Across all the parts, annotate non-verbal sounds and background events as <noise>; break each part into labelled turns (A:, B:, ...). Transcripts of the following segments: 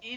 A: ¿Y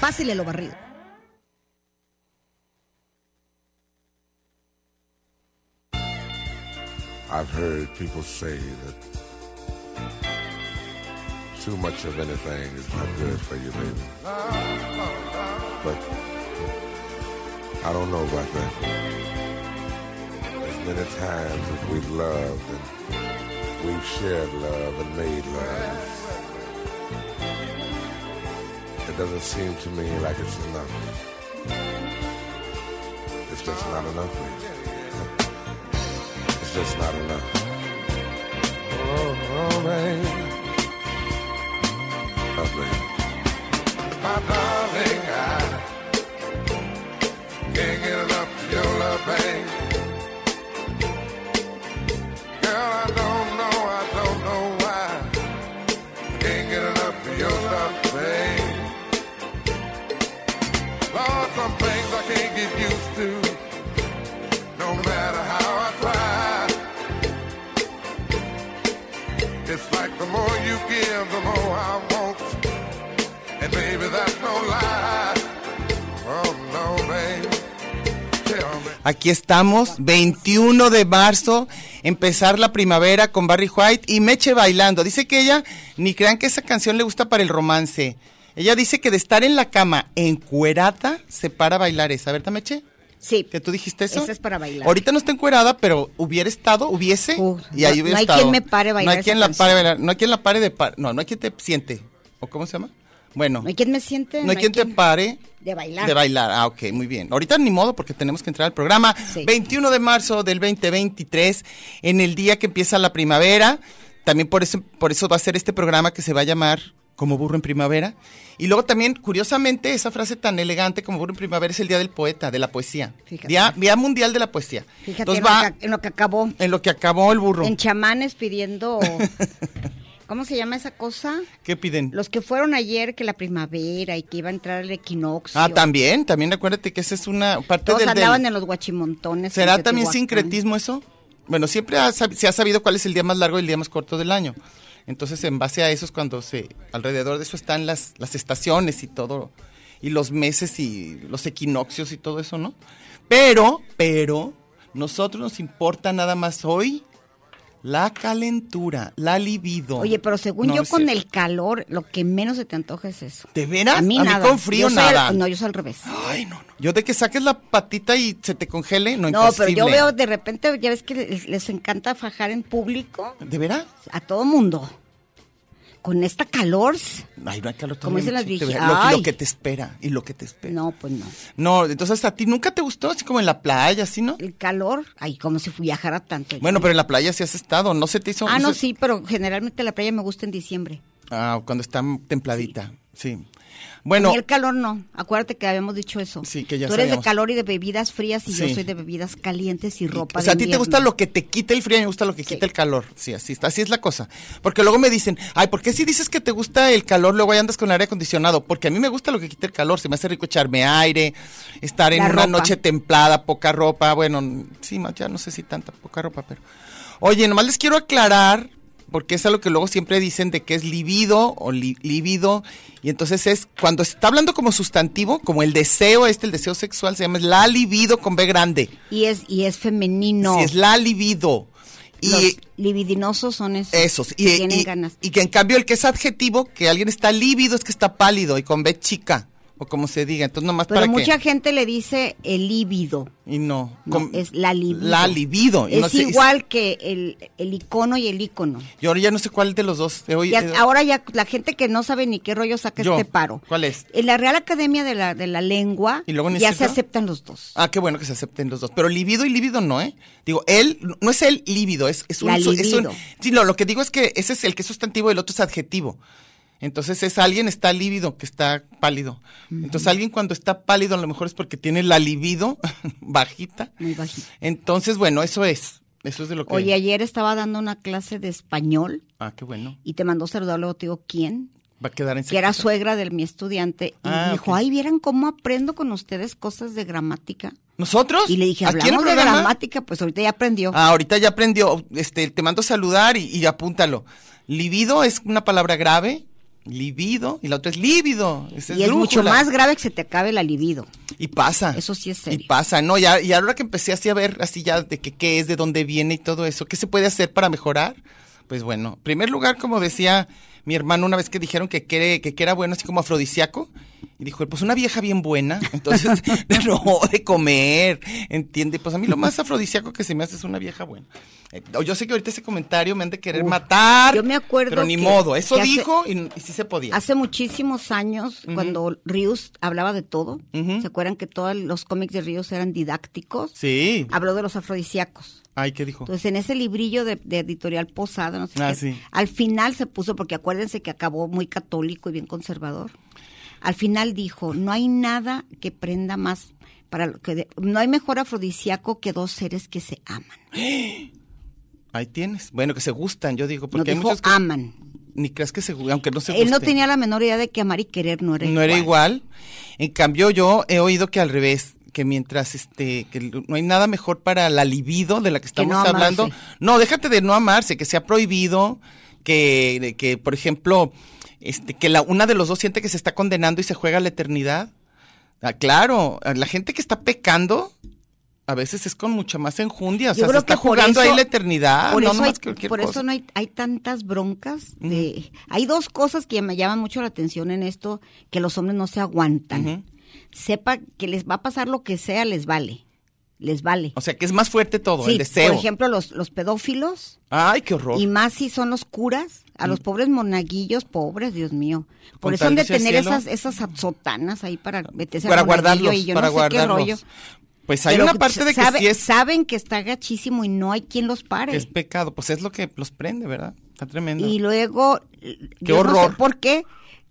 B: Pásele lo barrido.
C: I've heard people say that too much of anything is not good for you, baby. But I don't know about that. As many times as we've loved and we've shared love and made love, it doesn't seem to me like it's enough. It's just not enough, baby. It's just not enough. Oh, oh, baby. Lovely. My darling, I can't get enough of your love, babe. Girl, I don't know, I don't know why. I can't get enough of your love, babe. Lord, some things I can't get used to. No matter how I try, it's like the more you give, the more I want. And baby, that's no lie. Oh no, baby. Tell me.
D: Aquí estamos, 21 de marzo, empezar la primavera con Barry White y Meche bailando. Dice que ella, ni crean que esa canción le gusta para el romance. Ella dice que de estar en la cama encuerada, se para a bailar esa. ¿Verdad, Meche?
B: Sí.
D: ¿Que tú dijiste eso?
B: Esa es para bailar.
D: Ahorita no está encuerada, pero hubiera estado, hubiese,
B: Uh,
D: y ahí
B: no-
D: hubiera
B: no hay
D: estado.
B: quien me pare bailar
D: No hay
B: esa
D: quien la
B: canción.
D: pare bailar, no hay quien la pare de par- no, no hay quien te siente, ¿o cómo se llama? Bueno,
B: No hay quien me siente.
D: no hay quien te pare
B: De bailar.
D: de bailar, ah, ok, muy bien. Ahorita ni modo porque tenemos que entrar al programa.
B: Sí.
D: 21 de marzo del 2023, en el día que empieza la primavera. También por eso, por eso va a ser este programa que se va a llamar Como Burro en Primavera. Y luego también, curiosamente, esa frase tan elegante como Burro en Primavera es el Día del Poeta, de la Poesía.
B: Fíjate.
D: Día, Día Mundial de la Poesía.
B: Fíjate
D: Entonces
B: en,
D: va
B: lo que, en lo que acabó.
D: en lo que acabó el burro.
B: En chamanes
D: <laughs>
B: pidiendo. ¿Cómo se llama esa cosa?
D: ¿Qué piden?
B: Los que fueron ayer, que la primavera y que iba a entrar el equinoccio.
D: Ah, también, también acuérdate que esa es una parte
B: Todos
D: del- del-
B: hablaban de los guachimontones. en
D: ¿Será también
B: Teotihuacán.
D: sincretismo eso? Bueno, siempre ha sab- se ha sabido cuál es el día más largo y el día más corto del año. Entonces, en base a eso es cuando se, alrededor de eso están las, las estaciones y todo, y los meses y los equinoccios y todo eso, ¿no? Pero, pero, nosotros nos importa nada más hoy la calentura, la libido.
B: Oye, pero según
D: No,
B: yo,
D: es
B: con
D: cierto.
B: el calor, lo que menos se te antoja es eso.
D: ¿De veras?
B: A mí,
D: A mí
B: nada.
D: con frío,
B: Yo soy al-
D: nada. Ah,
B: no, yo soy al revés.
D: Ay, no, no. Yo de que saques la patita y se te congele, no,
B: No, pero yo
D: imposible.
B: veo de repente, ya ves que les, les encanta fajar en público
D: ¿De veras?
B: a todo mundo. Con esta calor.
D: Ay, no hay calor
B: Como dicen las
D: también, sí, te
B: viejas-
D: ve- Lo,
B: ¡Ay!
D: lo que te espera y lo que te espera. No.
B: No, pues no.
D: entonces a ti nunca te gustó así como en la playa, así, ¿no?
B: El calor, ay, como si viajara tanto.
D: Bueno, pero en la playa sí has estado, no se te hizo.
B: Ah, no,
D: se-
B: sí, pero generalmente la playa me gusta en diciembre.
D: Ah, cuando está templadita, sí.
B: Y
D: Bueno,
B: el calor no. Acuérdate que habíamos dicho eso.
D: Sí, que ya
B: Tú eres
D: sabíamos.
B: de calor y de bebidas frías y
D: Sí.
B: yo soy de bebidas calientes y ropa
D: o sea, a
B: de
D: ti te gusta
B: invierno.
D: lo que te quita el frío, a mí me gusta lo que quita el calor. Sí, así está, así es la cosa. Porque luego me dicen, ay, ¿por qué si dices que te gusta el calor, luego ahí andas con el aire acondicionado? Porque a mí me gusta lo que quita el calor, se me hace rico echarme aire, estar en
B: La
D: una
B: ropa.
D: noche templada, poca ropa, bueno, sí, más ya no sé si tanta poca ropa, pero... Oye, nomás les quiero aclarar, porque es algo que luego siempre dicen de que es libido o li- libido, y entonces es, cuando se está hablando como sustantivo, como el deseo este, el deseo sexual, se llama es la libido con B grande.
B: Y es, y es femenino.
D: Si es la libido. Y
B: Los libidinosos son esos.
D: esos. Y,
B: que tienen
D: y-
B: ganas.
D: y que en cambio el que es adjetivo, que alguien está lívido es que está pálido y con B chica. O o como se diga. Entonces, nomás
B: Pero
D: para
B: mucha
D: que.
B: gente le dice el líbido.
D: Y no.
B: No,
D: com-
B: es la libido.
D: La libido. Y
B: Es
D: no sé-
B: igual que el, el icono y el ícono.
D: Yo ahora ya no sé cuál de los dos. eh, hoy,
B: Ya-
D: eh,
B: ahora ya la gente que no sabe ni qué rollo saca
D: Yo.
B: este paro.
D: ¿Cuál es?
B: En la Real Academia de la, de la Lengua
D: ¿Y luego
B: ya se
D: necesita?
B: aceptan los dos.
D: Ah, qué bueno que se acepten los dos. Pero libido y líbido no, ¿eh? Digo, él, no es el líbido, es, es un...
B: La
D: es un-
B: libido.
D: sí, no, lo que digo es que ese es el que es sustantivo y el otro es adjetivo. Entonces es alguien está lívido, que está pálido. Entonces alguien cuando está pálido a lo mejor es porque tiene la libido <laughs> bajita.
B: Muy bajito.
D: Entonces, bueno, eso es. Eso es de lo que...
B: Oye, ayer estaba dando una clase de español
D: Ah, qué bueno.
B: y te mandó saludar, luego te digo, ¿quién?
D: Va a quedar en
B: Que era
D: secreto.
B: suegra de mi estudiante. Y
D: Ah,
B: dijo,
D: ok.
B: ay, ¿vieran cómo aprendo con ustedes cosas de gramática?
D: ¿Nosotros?
B: Y le dije,
D: ¿Aquí en el
B: hablamos de
D: programa?
B: gramática, pues ahorita ya aprendió.
D: Ah, ahorita ya aprendió. Este, te mando saludar y, y apúntalo. Libido es una palabra grave. Libido. Y la otra es lívido.
B: y
D: esa
B: es mucho
D: drújula.
B: más grave que se te acabe la libido.
D: Y pasa.
B: Eso sí es serio.
D: Y pasa. No, ya, y ahora que empecé así a ver, así ya de que, qué es, de dónde viene y todo eso, qué se puede hacer para mejorar. Pues bueno, en primer lugar, como decía mi hermano una vez que dijeron que, que, que, que era bueno, así como afrodisíaco, y dijo, pues una vieja bien buena, <laughs> entonces, no, de comer, entiende, pues a mí lo más afrodisíaco que se me hace es una vieja buena. Eh, Yo sé que ahorita ese comentario me han de querer
B: Uf,
D: matar,
B: yo me acuerdo
D: pero ni
B: que-
D: modo, eso
B: que hace-
D: dijo y, y sí se podía.
B: Hace muchísimos años, cuando Rius hablaba de todo,
D: Ujú.
B: ¿se acuerdan que todos los cómics de Rius eran didácticos?
D: Sí.
B: Habló de los afrodisíacos.
D: Ay, ¿qué dijo?
B: Entonces, en ese librillo de, de editorial Posada, no sé
D: Ah,
B: qué,
D: sí.
B: al final se puso, porque acuérdense que acabó muy católico y bien conservador. Al final dijo, no hay nada que prenda más para lo que de- no hay mejor afrodisíaco que dos seres que se aman.
D: Ahí tienes. Bueno, que se gustan, yo digo,
B: no
D: porque hay
B: dijo
D: muchos que
B: aman.
D: ni creas que se gu- aunque no se
B: Él no
D: gusten.
B: tenía la menor idea de que amar y querer no era
D: no
B: igual.
D: era igual. En cambio, yo he oído que al revés, que mientras este, que l- no hay nada mejor para la libido de la que estamos
B: no amarse.
D: hablando. No, déjate de no amarse, que sea prohibido, que, de que por ejemplo, este, que la, una de los dos siente que se está condenando y se juega a la eternidad. Ah, claro, a la gente que está pecando. A veces es con mucha más enjundia, o sea, se está
B: por eso-
D: jugando ahí la eternidad,
B: Por
D: Ah, no
B: eso,
D: nomás
B: hay,
D: cualquier
B: por
D: cosa.
B: eso no hay, hay tantas broncas. De, Hay dos cosas que me llaman mucho la atención en esto, que los hombres no se aguantan.
D: Ujú.
B: Sepa que les va a pasar lo que sea, les vale. Les vale.
D: O sea, que es más fuerte todo,
B: Sí,
D: el deseo.
B: Por ejemplo, los, los pedófilos,
D: Ay, qué horror.
B: y más si son los curas, a los pobres monaguillos, pobres, Dios mío. Por
D: Mm. Con
B: eso
D: tal
B: han
D: de
B: de
D: irse al
B: tener
D: cielo.
B: esas, esas sotanas ahí para meterse al
D: para
B: monaguillo
D: guardarlos,
B: y yo
D: para
B: no sé
D: guardarlos.
B: qué rollo.
D: Pues hay
B: Pero
D: una parte de que
B: sabe-
D: sí es,
B: Saben que está gachísimo y no hay quien los pare.
D: que es pecado, pues es lo que los prende, ¿verdad? Está tremendo.
B: Y luego, yo no sé
D: horror.
B: por qué.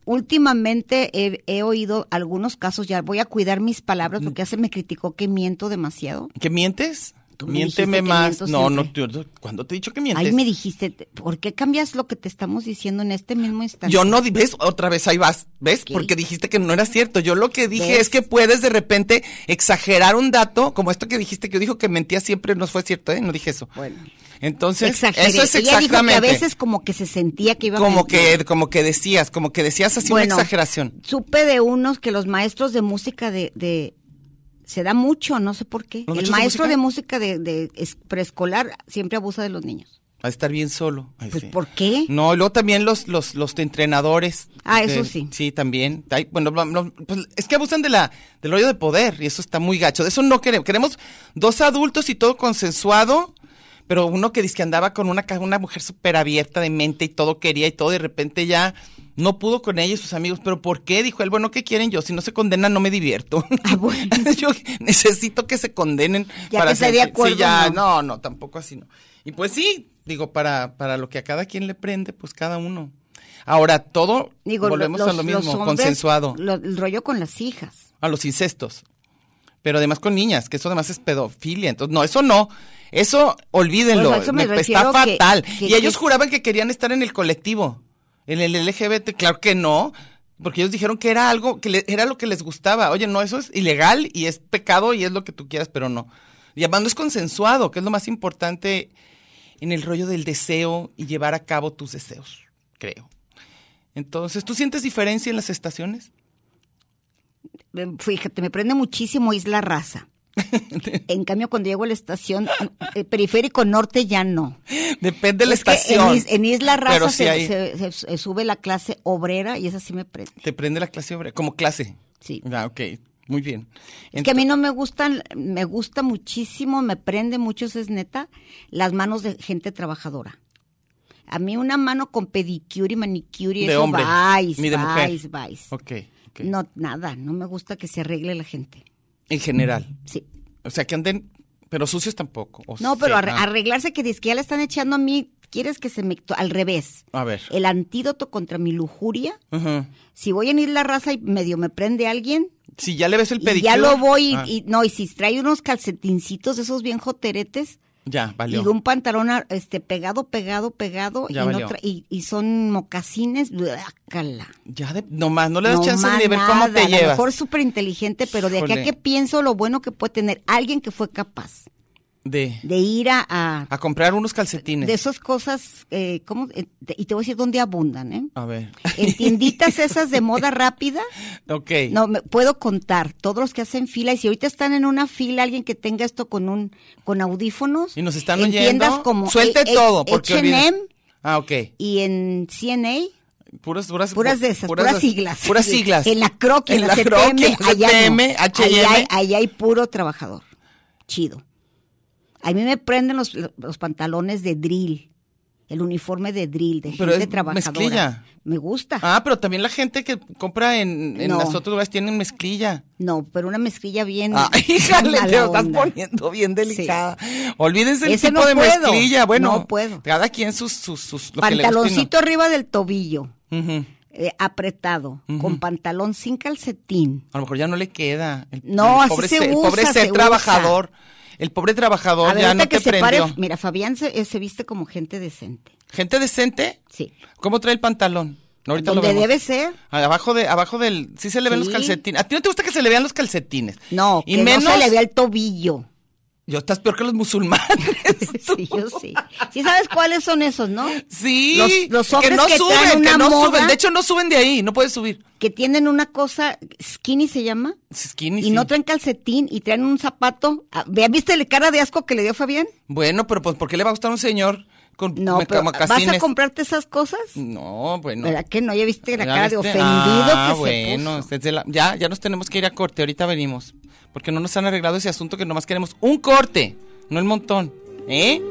B: Últimamente he, he oído algunos casos, ya voy a cuidar mis palabras
D: Mm.
B: porque hace me criticó que miento demasiado.
D: ¿Que mientes?
B: Tú me dijiste
D: Miénteme
B: que
D: más.
B: miento
D: No, no,
B: siempre.
D: yo- ¿cuándo te he dicho que mientes?
B: Ahí me dijiste, te- ¿por qué cambias lo que te estamos diciendo en este mismo instante?
D: Yo no, di- ves, otra vez ahí vas, ¿ves?
B: ¿Qué?
D: Porque dijiste que no era cierto. Yo lo que dije
B: ¿Ves?
D: es que puedes de repente exagerar un dato, como esto que dijiste que yo dijo que mentía siempre, no fue cierto, ¿eh? No dije eso.
B: Bueno,
D: Entonces,
B: exageré.
D: eso es
B: Ella
D: exactamente.
B: dijo que a veces como que se sentía que iba a
D: como
B: mentir.
D: que, como que decías, como que decías así
B: Bueno,
D: una exageración.
B: Supe de unos que los maestros de música de, de- se da mucho, no sé por qué.
D: ¿Los
B: El
D: maestros de
B: maestro de música,
D: música?
B: de, de es- preescolar siempre abusa de los niños.
D: a estar bien solo. Ay,
B: Pues,
D: sí.
B: ¿por qué?
D: No, y luego también los, los, los entrenadores.
B: Ah,
D: de-
B: eso sí.
D: Sí, también. Ay, bueno, lo- lo- pues, es que abusan de la, del rollo de poder y eso está muy gacho. De eso no queremos. Queremos dos adultos y todo consensuado, pero uno que dice que andaba con una, ca- una mujer súper abierta de mente y todo quería y todo, de repente ya no pudo con ella y sus amigos. ¿Pero por qué? Dijo él, bueno, ¿qué quieren yo? Si no se condenan, no me divierto.
B: Ah, bueno.
D: <laughs> yo necesito que se condenen
B: Ya que esté de
D: sentir- sí,
B: acuerdo,
D: ya,
B: no.
D: no, no, no, tampoco así no. Y pues sí, digo, para, para lo que a cada quien le prende, pues cada uno. Ahora, todo,
B: Digo,
D: volvemos
B: los-
D: a lo mismo,
B: los hombres,
D: consensuado,
B: lo- el rollo con las hijas.
D: a los incestos. Pero además con niñas, que eso además es pedofilia. Entonces, no, eso no. Eso, olvídenlo.
B: Pues a eso me
D: me-
B: refiero
D: está
B: que-
D: fatal.
B: que-
D: y ellos
B: que-
D: juraban que querían estar en el colectivo, en el LGBT. Claro que no. Porque ellos dijeron que era algo, que le- era lo que les gustaba. Oye, no, eso es ilegal y es pecado y es lo que tú quieras, pero no. Y además no es consensuado, que es lo más importante en el rollo del deseo y llevar a cabo tus deseos, creo. Entonces, ¿tú sientes diferencia en las estaciones?
B: Eh, Fíjate, me prende muchísimo Isla
D: <laughs>
B: Raza. en cambio, cuando llego a la estación eh, periférico norte ya no.
D: Depende de la
B: Es que en
D: estación.
B: Is- en, Isla Raza
D: Pero sí
B: se,
D: hay-
B: se- se- se sube la clase obrera y esa sí me prende.
D: Te prende la clase obrera, como clase.
B: Sí.
D: Ah, ok, muy bien.
B: Es que a mí no me gustan, me gusta muchísimo, me prende mucho, eso es neta, las manos de gente trabajadora. A mí una mano con pedicure y manicure, y
D: De
B: eso,
D: hombre,
B: vais,
D: ni de mujer.
B: vais, vais.
D: Entonces, ok, ok.
B: No, nada, no me gusta que se arregle la gente.
D: En general.
B: Sí.
D: O sea, que anden, pero sucios tampoco. o
B: No, pero
D: sea,
B: arre-
D: ah,
B: arreglarse que dice que ya le están echando a mí, quieres que se me... to- Al revés.
D: A ver.
B: El antídoto contra mi lujuria.
D: ujú.
B: Si voy en Isla Raza y medio me prende alguien,
D: Si ya le ves el
B: y
D: pedicure.
B: ya lo voy y,
D: ah,
B: y- no, y si trae unos calcetincitos de esos bien joteretes
D: ya, valió.
B: y un pantalón a- este pegado, pegado, pegado
D: Ya
B: y, no
D: valió.
B: tra- y, y son mocasines, bácala.
D: Ya de, nomás, no Pues le das chance
B: más
D: ni de ver cómo
B: nada,
D: te
B: A lo
D: llevas.
B: mejor súper inteligente, pero de aquí a
D: Híjole.
B: que pienso lo bueno que puede tener alguien que fue capaz
D: De,
B: de ir a, a-
D: a comprar unos calcetines.
B: de esas cosas, eh, ¿cómo? Eh, te- y te voy a decir dónde abundan, ¿eh? <laughs>
D: A ver.
B: En tienditas esas de moda rápida,
D: ok.
B: no, me, puedo contar, todos los que hacen fila, y si ahorita están en una fila, alguien que tenga esto con un, con audífonos.
D: y nos están
B: en
D: oyendo.
B: tiendas como
D: Suelte
B: H-
D: todo, porque olvida-
B: H&M
D: Ah, ok.
B: y en CNA,
D: Puras, puras,
B: Puras de esas, puras, siglas.
D: Puras siglas.
B: En la Croc, en,
D: En
B: la
D: Croc,
B: CTM,
D: en la
B: allá no.
D: CTM,
B: Allá hay,
D: H&M.
B: allá hay puro trabajador. Chido. A mí me prenden los, los pantalones de drill, el uniforme de drill, de
D: Pero
B: gente
D: es
B: trabajadora.
D: mezclilla.
B: Me gusta.
D: <laughs> Ah, pero también la gente que compra en, en
B: No.
D: las otros lugares tienen mezclilla.
B: No, pero una mezclilla bien.
D: Ah, <laughs> híjale,
B: mala
D: te lo estás
B: onda.
D: poniendo bien delicada. Olvídense el
B: Ese
D: tipo
B: no
D: de
B: puedo.
D: mezclilla. Bueno,
B: No puedo.
D: cada quien sus, sus, sus, lo que le guste y no.
B: Pantaloncito arriba del tobillo,
D: Ujú.
B: eh, apretado, con pantalón sin calcetín.
D: A lo mejor ya no le queda. El,
B: No,
D: el
B: así
D: pobre
B: se
D: ser- el
B: usa,
D: pobre ser
B: se
D: trabajador. El pobre trabajador
B: A ver,
D: ya
B: ahorita
D: no
B: que
D: te
B: se
D: prendió.
B: pare. Mira, Fabián se, eh, se viste como gente decente.
D: Gente decente,
B: Sí.
D: ¿cómo trae el pantalón? No, Ahorita lo
B: Donde
D: vemos.
B: debe ser.
D: Ah, Abajo de, abajo del, sí se le ven
B: Sí.
D: los calcetines. A ti no te gusta que se le vean los calcetines.
B: No,
D: y
B: que
D: menos.
B: no se le vea el
D: <laughs>
B: tobillo.
D: Yo estás peor que los musulmanes.
B: <laughs> Sí, yo sí. Sí sabes cuáles son esos, ¿no?
D: Sí,
B: Los- los hombres que traen una
D: que no
B: moda.
D: suben. De hecho, no suben de ahí, no puedes subir.
B: Que tienen una cosa, skinny se llama,
D: Skinny,
B: y
D: sí.
B: no traen calcetín y traen un zapato. Ah, ¿ve- ¿Viste la cara de asco que le dio Fabián?
D: Bueno, pero pues, ¿por qué le va a gustar a un señor con
B: No,
D: me-
B: pero ¿vas a
D: mocasines?
B: comprarte esas cosas?
D: No, bueno.
B: ¿Verdad que no? ¿Ya viste la
D: ¿Ya
B: cara de
D: viste?
B: ofendido
D: Ah,
B: que
D: bueno,
B: se puso?
D: desde la- ya, ya nos tenemos que ir a corte, ahorita venimos. Porque no nos han arreglado ese asunto que nomás queremos un corte, no el montón. ¿Eh?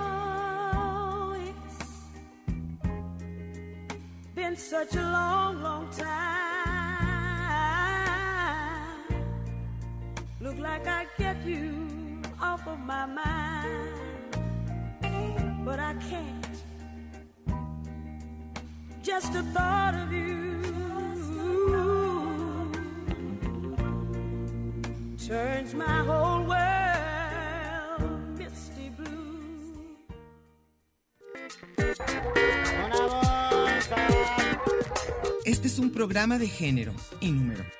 E: Oh, it's been such a long, long time. Look like I get you off of my mind, but I can't. Just the thought of you. Turns my whole world misty blue.
F: Este es un programa de género y número,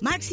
B: Marx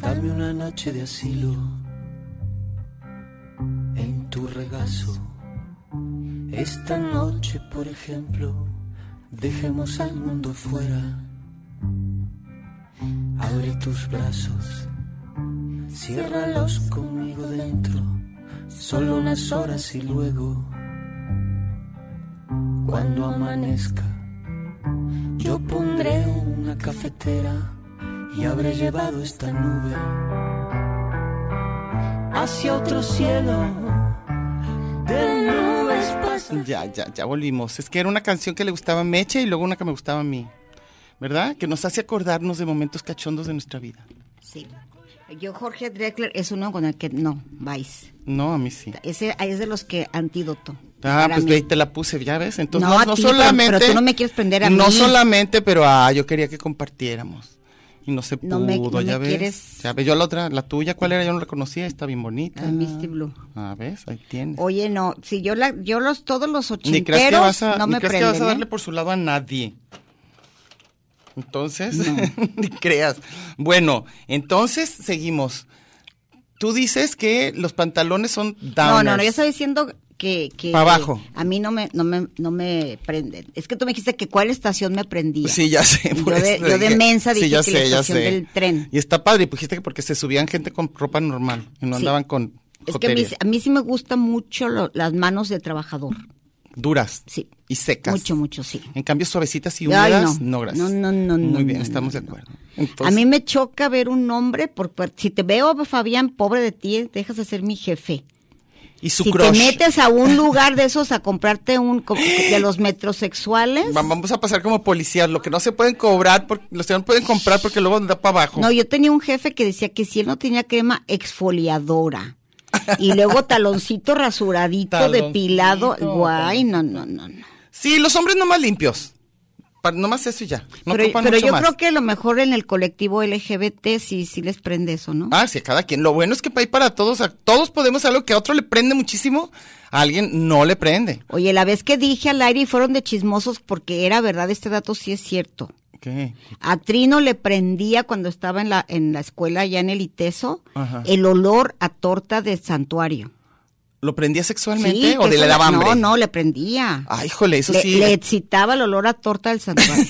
G: Dame una noche de asilo en tu regazo. Esta noche, por ejemplo, dejemos al mundo fuera. Abre tus brazos, ciérralos conmigo dentro, solo unas horas y luego, cuando amanezca, Yo pondré una cafetera y habré llevado esta nube hacia otro cielo de nubes pasajeras.
D: Ya, ya, ya volvimos. Es que era una canción que le gustaba a Meche y luego una que me gustaba a mí. ¿Verdad? Que nos hace acordarnos de momentos cachondos de nuestra vida.
B: Sí. Yo, Jorge Drexler, es uno con el que no, vais.
D: No, a mí sí.
B: Ese es de los que antídoto.
D: Ah,
B: para
D: pues
B: mí.
D: ve, te la puse, ya ves. Entonces,
B: No,
D: no,
B: a
D: no
B: ti, pero-
D: solamente.
B: pero tú no me quieres prender a
D: No
B: mí.
D: solamente, pero ah, yo quería que compartiéramos. Y no se pudo,
B: No me- no
D: ya
B: me
D: ves.
B: quieres-
D: Ya ves, yo la otra, la tuya, ¿cuál era? Yo no la conocía, está bien bonita.
B: Ah, Misty Blue.
D: Ah, ves, ahí tienes.
B: Oye, no, si yo la, yo los todos los
D: ni creas que
B: ochenteros
D: vas a,
B: no
D: ni
B: me
D: creas que
B: prenden.
D: vas a darle
B: ¿eh?
D: por su lado a nadie. Entonces, <laughs> ni creas. Bueno, entonces seguimos. Tú dices que los pantalones son downers.
B: No, no, no, yo estaba diciendo que, que
D: Pa' abajo.
B: a mí no me, no me, no me prenden. Es que tú me dijiste que cuál estación me prendía.
D: Sí, ya sé. por
B: Yo de-
D: eso
B: yo de
D: dije.
B: mensa dije
D: ya
B: que la
D: sé, ya
B: estación
D: sé.
B: del tren.
D: Y está padre, pues dijiste que porque se subían gente con ropa normal y no
B: Sí.
D: andaban con
B: Es que a mí,
D: jotería.
B: a mí sí me gustan mucho lo- las manos de trabajador.
D: duras
B: Sí.
D: y secas.
B: Mucho, mucho, sí.
D: En cambio, suavecitas y
B: Ay,
D: húmedas, no. gracias.
B: No, no, no, no,
D: Muy bien,
B: no,
D: estamos
B: no,
D: de
B: no.
D: acuerdo.
B: a
D: Entonces,
B: mí me choca ver un hombre, porque si te veo, Fabián, pobre de ti, ¿eh? dejas de ser mi jefe.
D: y su
B: si
D: crush.
B: te metes a
D: <laughs>
B: un lugar de esos a comprarte un co- de los metrosexuales.
D: Va- Vamos a pasar como policías, lo que no se pueden cobrar, porque, los que no pueden comprar porque luego da para abajo.
B: No, yo tenía un jefe que decía que si él no tenía crema exfoliadora y
D: <laughs>
B: luego taloncito rasuradito,
D: Taloncito,
B: depilado, guay, no, no, no, no.
D: Sí, los hombres nomás limpios. Pa- Nomás eso y ya. No
B: pero
D: ocupan
B: pero
D: mucho
B: yo
D: más.
B: creo que a lo mejor en el colectivo LGBT sí, sí les prende eso, ¿no?
D: Ah, sí, a cada quien. Lo bueno es que hay para todos. a- todos podemos algo que a otro le prende muchísimo, a alguien no le prende.
B: Oye, la vez que dije al aire y fueron de chismosos porque era verdad, este dato sí es cierto.
D: ¿Qué?
B: A Trino le prendía cuando estaba en la, en la escuela allá en el ITESO
D: Ajá.
B: el olor a torta de santuario.
D: ¿Lo prendía sexualmente
B: Sí,
D: o
B: que eso
D: de le
B: le-
D: daba hambre?
B: No, no, le prendía.
D: Ay, híjole, eso
B: le,
D: sí.
B: le excitaba el olor a torta del
D: <laughs>
B: santuario.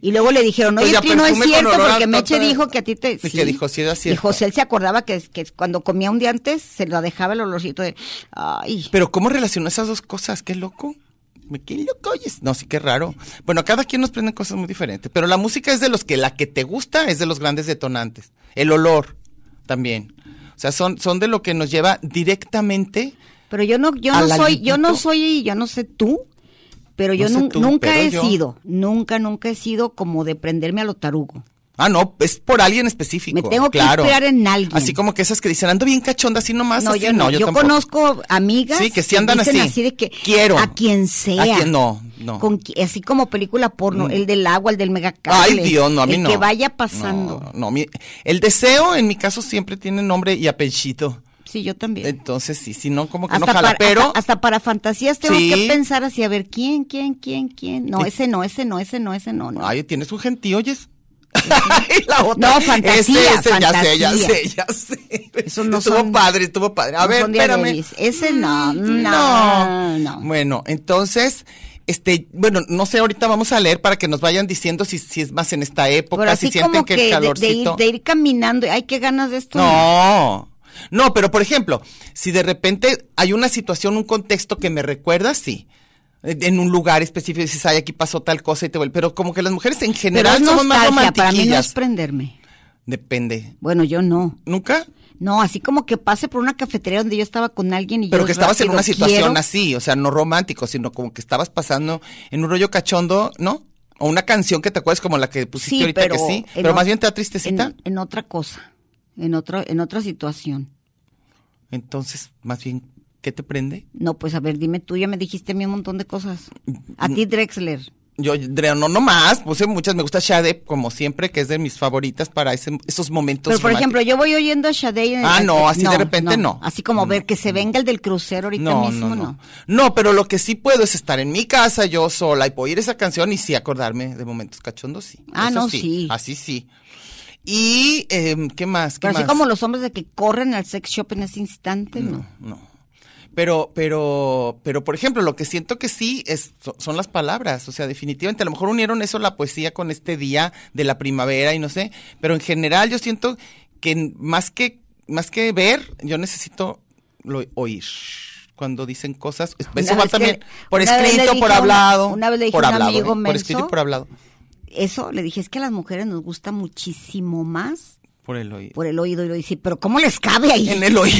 B: y luego le dijeron,
D: Pues
B: oye,
D: ya
B: Trino, es
D: perfume con
B: cierto,
D: olor a
B: porque Meche
D: torta.
B: dijo que a ti te...
D: Y que dijo, sí era
B: Y
D: cierto.
B: José él se acordaba que, que cuando comía un día antes, se lo dejaba el olorcito de... Ay,
D: Pero ¿cómo relacionó esas dos cosas? Qué loco. Me- Qué loco oyes. No, sí, qué raro. Bueno, cada quien nos prende cosas muy diferentes. Pero la música es de los que la que te gusta es de los grandes detonantes. El olor también. O sea, son, son de lo que nos lleva directamente.
B: pero yo no, yo
D: Al
B: no soy, yo no
D: alguito.
B: soy, yo no sé tú, pero yo
D: No sé
B: nun-
D: tú,
B: nunca
D: pero
B: he
D: yo.
B: sido, nunca, nunca he sido como de prenderme a lo tarugo.
D: Ah, no, es por alguien específico.
B: Me tengo que
D: claro.
B: inspirar en alguien.
D: Así como que esas que dicen, ando bien cachonda, así nomás.
B: No,
D: así,
B: yo no. yo
D: tampoco.
B: conozco amigas
D: Sí, que sí andan
B: dicen
D: así.
B: de que
D: Quiero.
B: a quien sea.
D: A quien- no, no. Mm.
B: Con qui- así como película porno, el del agua, el del megacable.
D: Ay, Dios, no, a mí
B: el
D: no.
B: que vaya pasando.
D: No, no, mi- el deseo en mi caso siempre tiene nombre y apellido.
B: Sí, yo también.
D: Entonces, sí, si no, Eh, como que no
B: hasta,
D: jala.
B: para,
D: pero.
B: hasta, hasta para fantasías tengo
D: Sí. Eh.
B: que pensar así, a ver, ¿quién, quién, quién, quién? No,
D: Sí.
B: ese no, ese no, ese no, ese no. no.
D: Ay, tienes un gentío, oyes. <laughs> Y la otra.
B: No, fantasía,
D: Ya sé, ya
B: fantasía.
D: sé, ya sé.
B: Eso no
D: estuvo
B: son-
D: padre, estuvo padre. A
B: no
D: ver,
B: son de
D: espérame.
B: Adonis. Ese no,
D: Mm,
B: no, no.
D: Bueno, entonces, este, bueno, no sé, ahorita vamos a leer para que nos vayan diciendo si, si es más en esta época,
B: Pero
D: si
B: así
D: sienten
B: como
D: que
B: que,
D: el
B: de- de, ir,
D: calorcito.
B: de ir caminando, ay, qué ganas de esto.
D: No. No, pero por ejemplo, si de repente hay una situación, un contexto que me recuerda, sí. En un lugar específico dices, ay, aquí pasó tal cosa y te vuelve. Pero como que las mujeres en
B: Pero
D: general
B: es
D: somos más
B: nostalgia, para mí no es
D: romantiquillas.
B: prenderme.
D: Depende.
B: Bueno, yo no.
D: ¿Nunca?
B: No, así como que pase por una cafetería donde yo estaba con alguien y
D: Pero
B: yo
D: que estabas en
B: rápido
D: una situación
B: quiero.
D: así, o sea, no romántico, sino como que estabas pasando en un rollo cachondo, ¿no? O una canción que te acuerdas como la que pusiste
B: Sí,
D: ahorita
B: pero
D: que sí.
B: en
D: Pero
B: o-
D: más bien te da tristecita.
B: en, en otra cosa, en otro en otra situación.
D: Entonces, más bien, ¿qué te prende?
B: No, pues a ver, dime tú, ya me dijiste a mí un montón de cosas. A
D: Mm.
B: ti Drexler.
D: Yo, Drea, no, no más, puse muchas, me gusta Shade, como siempre, que es de mis favoritas para ese- esos momentos.
B: Pero por ejemplo,
D: románticos.
B: yo voy oyendo a Shadei. en-
D: Ah, no, así de repente no. Mm.
B: Así como ver que se venga el del crucero ahorita
D: no,
B: mismo,
D: no,
B: no.
D: no, no. pero lo que sí puedo es estar en mi casa yo sola y puedo oír esa canción y sí acordarme de momentos cachondos, sí.
B: Ah,
D: Eso
B: no, sí.
D: Así sí. Y, em, ¿qué más? ¿Qué
B: Pero así
D: más?
B: como los hombres de que corren al sex shop en ese instante, no.
D: No. Pero, pero, pero, por ejemplo, lo que siento que sí es, so- son las palabras. O sea, definitivamente, a lo mejor unieron eso la poesía con este día de la primavera y no sé. Pero en general, yo siento que n- más que, más que ver, yo necesito lo- oír. cuando dicen cosas. es-
B: Una
D: Eso va
B: vez que-
D: también por
B: una vez le
D: escrito,
B: dije
D: por
B: a una-
D: hablado.
B: una vez le dije
D: por
B: a un
D: hablado,
B: amigo
D: ¿eh? Por escrito y
B: menso,
D: por hablado.
B: Eso le dije, es que a las mujeres nos gusta muchísimo más
D: Por el oído.
B: por el oído. Y lo dice, pero ¿cómo les cabe ahí?
D: en el
B: <laughs>
D: oído.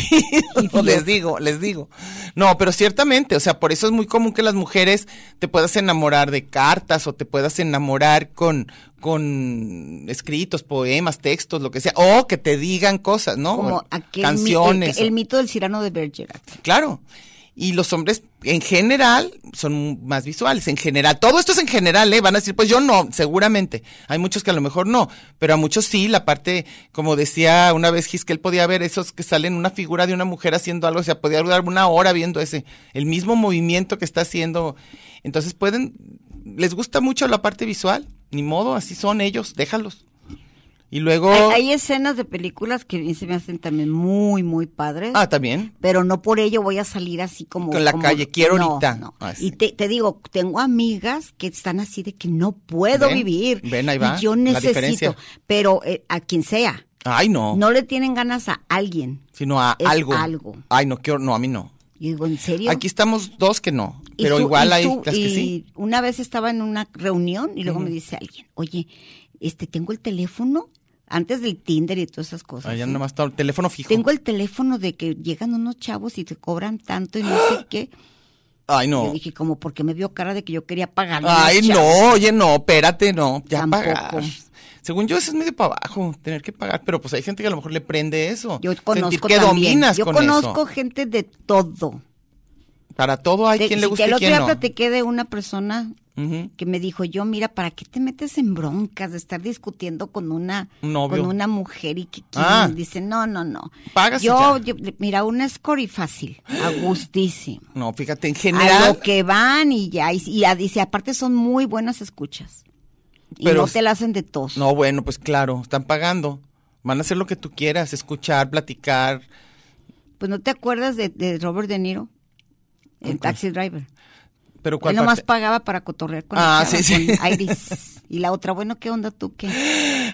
B: Idiota.
D: les digo, les digo. No, pero ciertamente, o sea, por eso es muy común que las mujeres te puedas enamorar de cartas o te puedas enamorar con, con escritos, poemas, textos, lo que sea, o que te digan cosas, ¿no?
B: Como
D: O
B: aquel
D: canciones.
B: mi- el, el
D: o-
B: mito del Cirano de Bergerac.
D: Claro. Y los hombres en general son más visuales, en general. Todo esto es en general, ¿eh? Van a decir, pues yo no, seguramente. Hay muchos que a lo mejor no, pero a muchos sí. La parte, como decía una vez Gisquel, podía ver esos que salen una figura de una mujer haciendo algo, o sea, podía durar una hora viendo ese, el mismo movimiento que está haciendo. Entonces pueden, les gusta mucho la parte visual, ni modo, así son ellos, déjalos. Y luego...
B: Hay, hay escenas de películas que a mí se me hacen también muy, muy padres.
D: ah, también.
B: pero no por ello voy a salir así como...
D: Con la
B: como-
D: calle, quiero
B: no,
D: ahorita.
B: no.
D: Ah, sí.
B: Y te, te digo, tengo amigas que están así de que no puedo
D: Ven,
B: vivir.
D: ven, ahí va
B: Y yo
D: la
B: necesito,
D: diferencia.
B: pero eh, a quien sea,
D: Ay, no.
B: no le tienen ganas a alguien.
D: sino a
B: Es
D: algo.
B: algo.
D: Ay, no quiero, no, a mí no.
B: Yo digo, ¿en serio?
D: Aquí estamos dos que no,
B: Y
D: pero
B: su-
D: igual
B: y
D: hay
B: su-
D: las que sí.
B: y una vez estaba en una reunión y luego me dice alguien, oye, este, tengo el teléfono, antes del Tinder y todas esas cosas.
D: Allá
B: ¿sí?
D: nomás está el teléfono fijo.
B: Tengo el teléfono de que llegan unos chavos y te cobran tanto y no
D: ¡Ah!
B: sé qué.
D: Ay,
B: Yo
D: no.
B: dije, como porque me vio cara de que yo quería pagar.
D: Ay, no, oye, no, espérate, no. Ya
B: Tampoco.
D: pagar. Según yo, eso es medio para abajo, tener que pagar. Pero pues hay gente que a lo mejor le prende eso.
B: Yo
D: Sentir
B: conozco
D: que
B: también.
D: dominas
B: Yo
D: con
B: conozco
D: eso.
B: gente de todo.
D: Para todo hay
B: De-
D: quien
B: sí,
D: le
B: que
D: gusta
B: el
D: y
B: otro
D: quien
B: día
D: no.
B: platiqué de una persona
D: Ujú.
B: que me dijo, yo mira, ¿para qué te metes en broncas de estar discutiendo con una,
D: Un novio.
B: con una mujer y que quién?".
D: Ah.
B: dice, no, no, no.
D: Pagas y
B: yo,
D: ya.
B: yo- mira, una escori fácil,
D: <gasps>
B: a gustísimo.
D: No, fíjate, en
B: A
D: general.
B: lo que van y ya, y, y a- dice, aparte son muy buenas escuchas. Y
D: Pero
B: no
D: s-
B: te la hacen de tos.
D: No, bueno, pues claro, están pagando. Van a hacer lo que tú quieras, escuchar, platicar.
B: Pues no te acuerdas de, de Robert De Niro, el
D: Ok.
B: taxi driver.
D: Pero
B: Él
D: cuál
B: nomás
D: parte?
B: pagaba para cotorrear con,
D: Ah,
B: la chava,
D: sí, sí.
B: con <laughs> Iris. Y la otra, bueno, ¿qué onda tú? ¿Qué?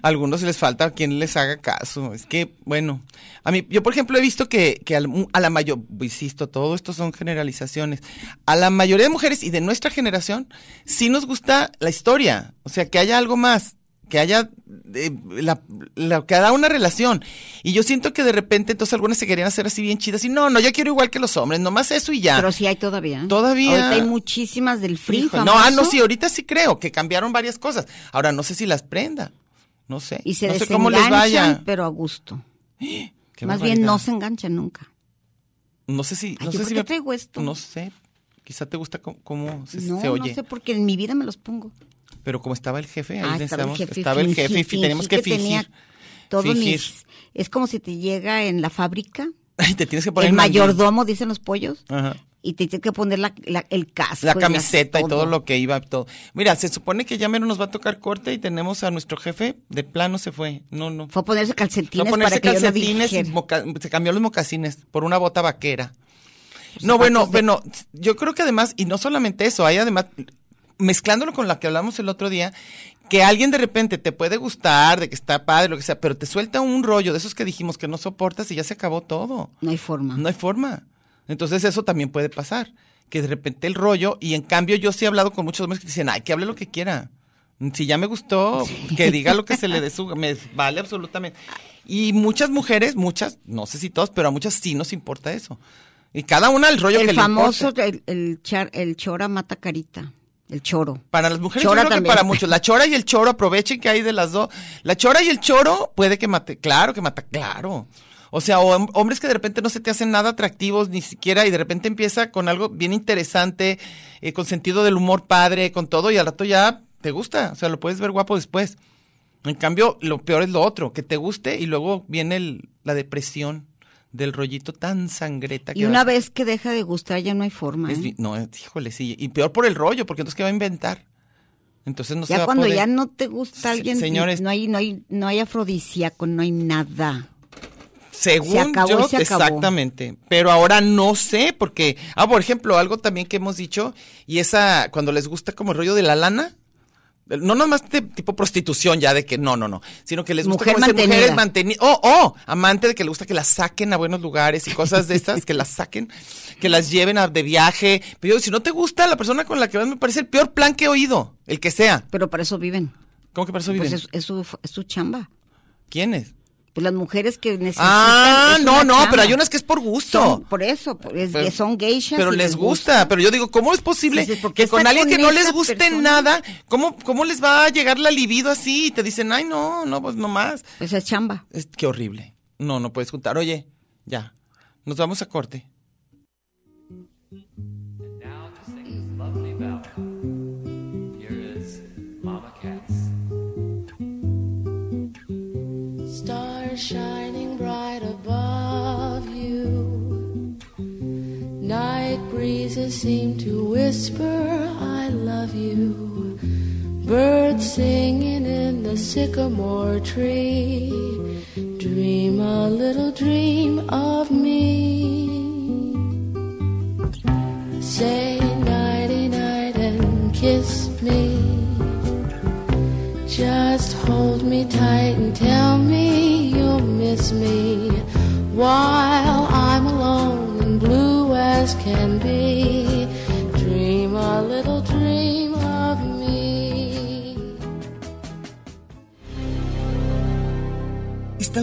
D: algunos les falta quien les haga caso. Es que, bueno, a mí, yo por ejemplo he visto que, que al- a la mayor, pues, insisto, todo esto son generalizaciones. A la mayoría de mujeres y de nuestra generación sí nos gusta la historia, o sea, que haya algo más, que haya eh, la, la- que da una relación. Y yo siento que de repente entonces algunas se querían hacer así bien chidas y no, no, yo quiero igual que los hombres, nomás eso y ya.
B: Pero sí hay todavía. ¿eh?
D: Ah. Todavía.
B: Ahorita hay muchísimas del free.
D: Hijo, no, ah, no,
B: famoso,
D: sí, ahorita sí creo que cambiaron varias cosas. Ahora no sé si las prenda. No sé.
B: Y se
D: no sé
B: desenganchan,
D: cómo les vaya.
B: pero a gusto.
D: Qué
B: Más bien
D: barbaridad.
B: no se enganchan nunca.
D: No sé si.
B: Ay,
D: No
B: ¿yo
D: sé
B: por
D: si
B: qué traigo esto?
D: No sé. Quizá te gusta cómo, cómo se,
B: no,
D: se oye.
B: no sé por qué en mi vida me los pongo.
D: Pero como estaba el jefe, ahí
B: Ah, estaba el
D: necesitamos-
B: jefe.
D: estaba el
B: fingí-
D: jefe y fi-
B: fingí
D: tenemos que
B: tenía
D: fingir. <laughs>
B: todos
D: Fingir.
B: mis- Es como si te llega en la fábrica,
D: Ay, te tienes que poner
B: el
D: mandil.
B: mayordomo, dicen los pollos,
D: Ajá.
B: y te tienes que poner la, la- el casco.
D: La
B: y las-
D: camiseta y todo lo que iba. todo. Mira, se supone que ya menos nos va a tocar corte y tenemos a nuestro jefe. De plano se fue. No, no.
B: Fue a ponerse
D: No
B: calcetines para
D: ponerse
B: que
D: calcetines,
B: yo no
D: y
B: dijera.
D: moca- se cambió los mocasines por una bota vaquera. No, bueno,
B: zapatos Pues, de-
D: bueno, yo creo que además, y no solamente eso, hay además, mezclándolo con la que hablamos el otro día, que alguien de repente te puede gustar, de que está padre, lo que sea, pero te suelta un rollo de esos que dijimos que no soportas y ya se acabó todo.
B: No hay forma.
D: No hay forma. Entonces eso también puede pasar, que de repente el rollo, y en cambio yo sí he hablado con muchos hombres que dicen, ay, que hable lo que quiera. Si ya me gustó, que diga lo que se le dé su... Me vale absolutamente. Y muchas mujeres, muchas, no sé si todas, pero a muchas sí nos importa eso. Y cada una el rollo
B: el
D: que le importa.
B: famoso, el, el char- el chora mata carita. El choro.
D: Para las mujeres,
B: Chora
D: yo creo
B: también.
D: que para muchos. La chora y el choro, aprovechen que hay de las dos. La chora y el choro puede que mate, claro que mata, claro. O sea, hom- hombres que de repente no se te hacen nada atractivos ni siquiera y de repente empieza con algo bien interesante, eh, con sentido del humor padre, con todo y al rato ya te gusta. O sea, lo puedes ver guapo después. En cambio, lo peor es lo otro, que te guste y luego viene el- la depresión del rollito tan sangreta que
B: Y una
D: das.
B: vez que deja de gustar ya no hay forma.
D: Es
B: ¿eh?
D: vi- no, es- híjole, sí. Y peor por el rollo, porque entonces ¿qué va a inventar? Entonces no se va
B: ya
D: a
B: cuando
D: poder.
B: ya no te gusta
D: Se-
B: alguien,
D: señores.
B: no hay, no hay, no hay afrodisíaco, no hay nada.
D: Según
B: se acabó
D: yo,
B: y se acabó.
D: exactamente. Pero ahora no sé, porque, ah, por ejemplo, algo también que hemos dicho, y esa, cuando les gusta como el rollo de la lana, No nomás de tipo prostitución ya de que no, no, no, sino que les gusta
B: Mujer
D: como ese
B: mantenida.
D: mujeres mantenidas. Oh, oh, amante de que le gusta que las saquen a buenos lugares y cosas de esas, que las saquen, que las lleven a- de viaje. Pero yo, si no te gusta la persona con la que vas, me parece el peor plan que he oído, el que sea.
B: Pero para eso viven.
D: ¿Cómo que para eso
B: Pues
D: viven?
B: es, es su, es su chamba.
D: ¿Quién es?
B: Pues las mujeres que necesitan.
D: Ah,
B: es
D: no,
B: una
D: no,
B: chamba.
D: pero hay unas que es por gusto.
B: Son- por eso, por- es-
D: Pero-
B: son geishas.
D: Pero
B: y
D: les gusta. Pero yo digo, ¿cómo es posible
B: Dices, ¿por qué
D: que con
B: está
D: alguien
B: con
D: que no
B: esa
D: les guste
B: persona?
D: nada, ¿cómo, cómo les va a llegar la libido así? Y te dicen, ay, no, no, pues no más.
B: Pues es chamba.
D: Es, qué horrible. No, no puedes juntar. Oye, ya, nos vamos a corte.
H: Now to sing lovely ballad. Here is Mama Cass.
I: Stars shining bright above you. Night breezes seem to whisper, I love you. Birds singing in the sycamore tree. Dream a little dream of me. Say nighty night and kiss me. Just hold me tight and tell me you'll miss me while I'm alone and blue as can be. Dream a little dream of me.
F: Está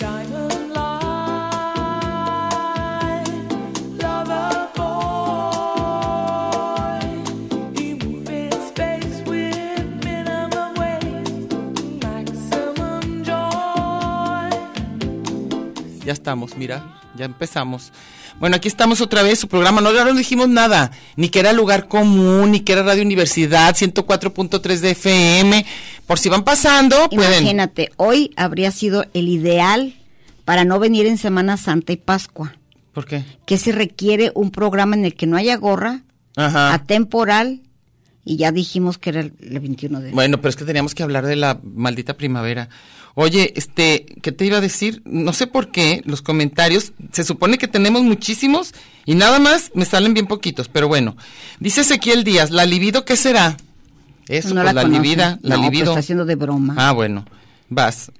E: Diamond line, lover boy. You move in space with minimum wage, maximum joy.
D: Ya estamos, mira, ya empezamos. Bueno, aquí estamos otra vez, su programa. No, ahora no dijimos nada, ni que era lugar común, ni que era Radio Universidad, 104.3 de FM. Por si van pasando, pueden.
B: Imagínate, hoy habría sido el ideal para no venir en Semana Santa y Pascua,
D: ¿Por qué?
B: que se requiere un programa en el que no haya gorra,
D: Ajá.
B: Ah, atemporal, y ya dijimos que era el el 21 de
D: Bueno, pero es que teníamos que hablar de la maldita primavera. Oye, este, ¿qué te iba a decir? No sé por qué los comentarios, se supone que tenemos muchísimos y nada más me salen bien poquitos, pero bueno. Dice Ezequiel Díaz, ¿la libido qué será? Eso,
B: No
D: pues, la,
B: conoce.
D: libida, la
B: No, pero
D: libido.
B: está haciendo de broma.
D: Ah, bueno, vas.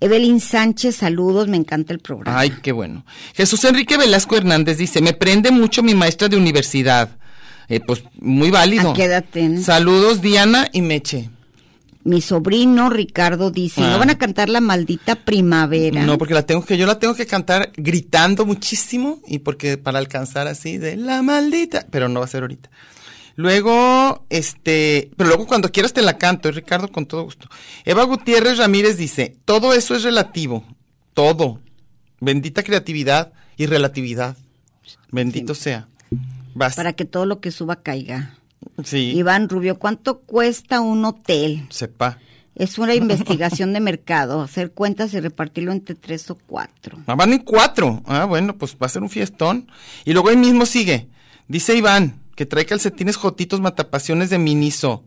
B: Evelyn Sánchez, saludos, me encanta el programa.
D: Ay, qué bueno. Jesús Enrique Velasco Hernández dice, me prende mucho mi maestra de universidad. Eh, pues muy válido.
B: ¿A qué edad tiene?
D: Saludos Diana y Meche.
B: Mi sobrino Ricardo dice,
D: Ah.
B: ¿no van a cantar la maldita primavera?
D: No, porque la tengo que, yo la tengo que cantar gritando muchísimo y porque para alcanzar así de la maldita, pero no va a ser ahorita. Luego, este, pero luego cuando quieras te la canto, y Ricardo, con todo gusto. Eva Gutiérrez Ramírez dice, todo eso es relativo, todo. Bendita creatividad y relatividad. Bendito sea. Vas.
B: Para que todo lo que suba caiga.
D: sí,
B: Iván Rubio, ¿cuánto cuesta un hotel?
D: sepa.
B: Es una investigación de mercado, hacer cuentas y repartirlo entre tres o cuatro.
D: Ah, van en cuatro. Ah, bueno, pues va a ser un fiestón. Y luego ahí mismo sigue. Dice Iván que trae calcetines jotitos matapaciones de Miniso.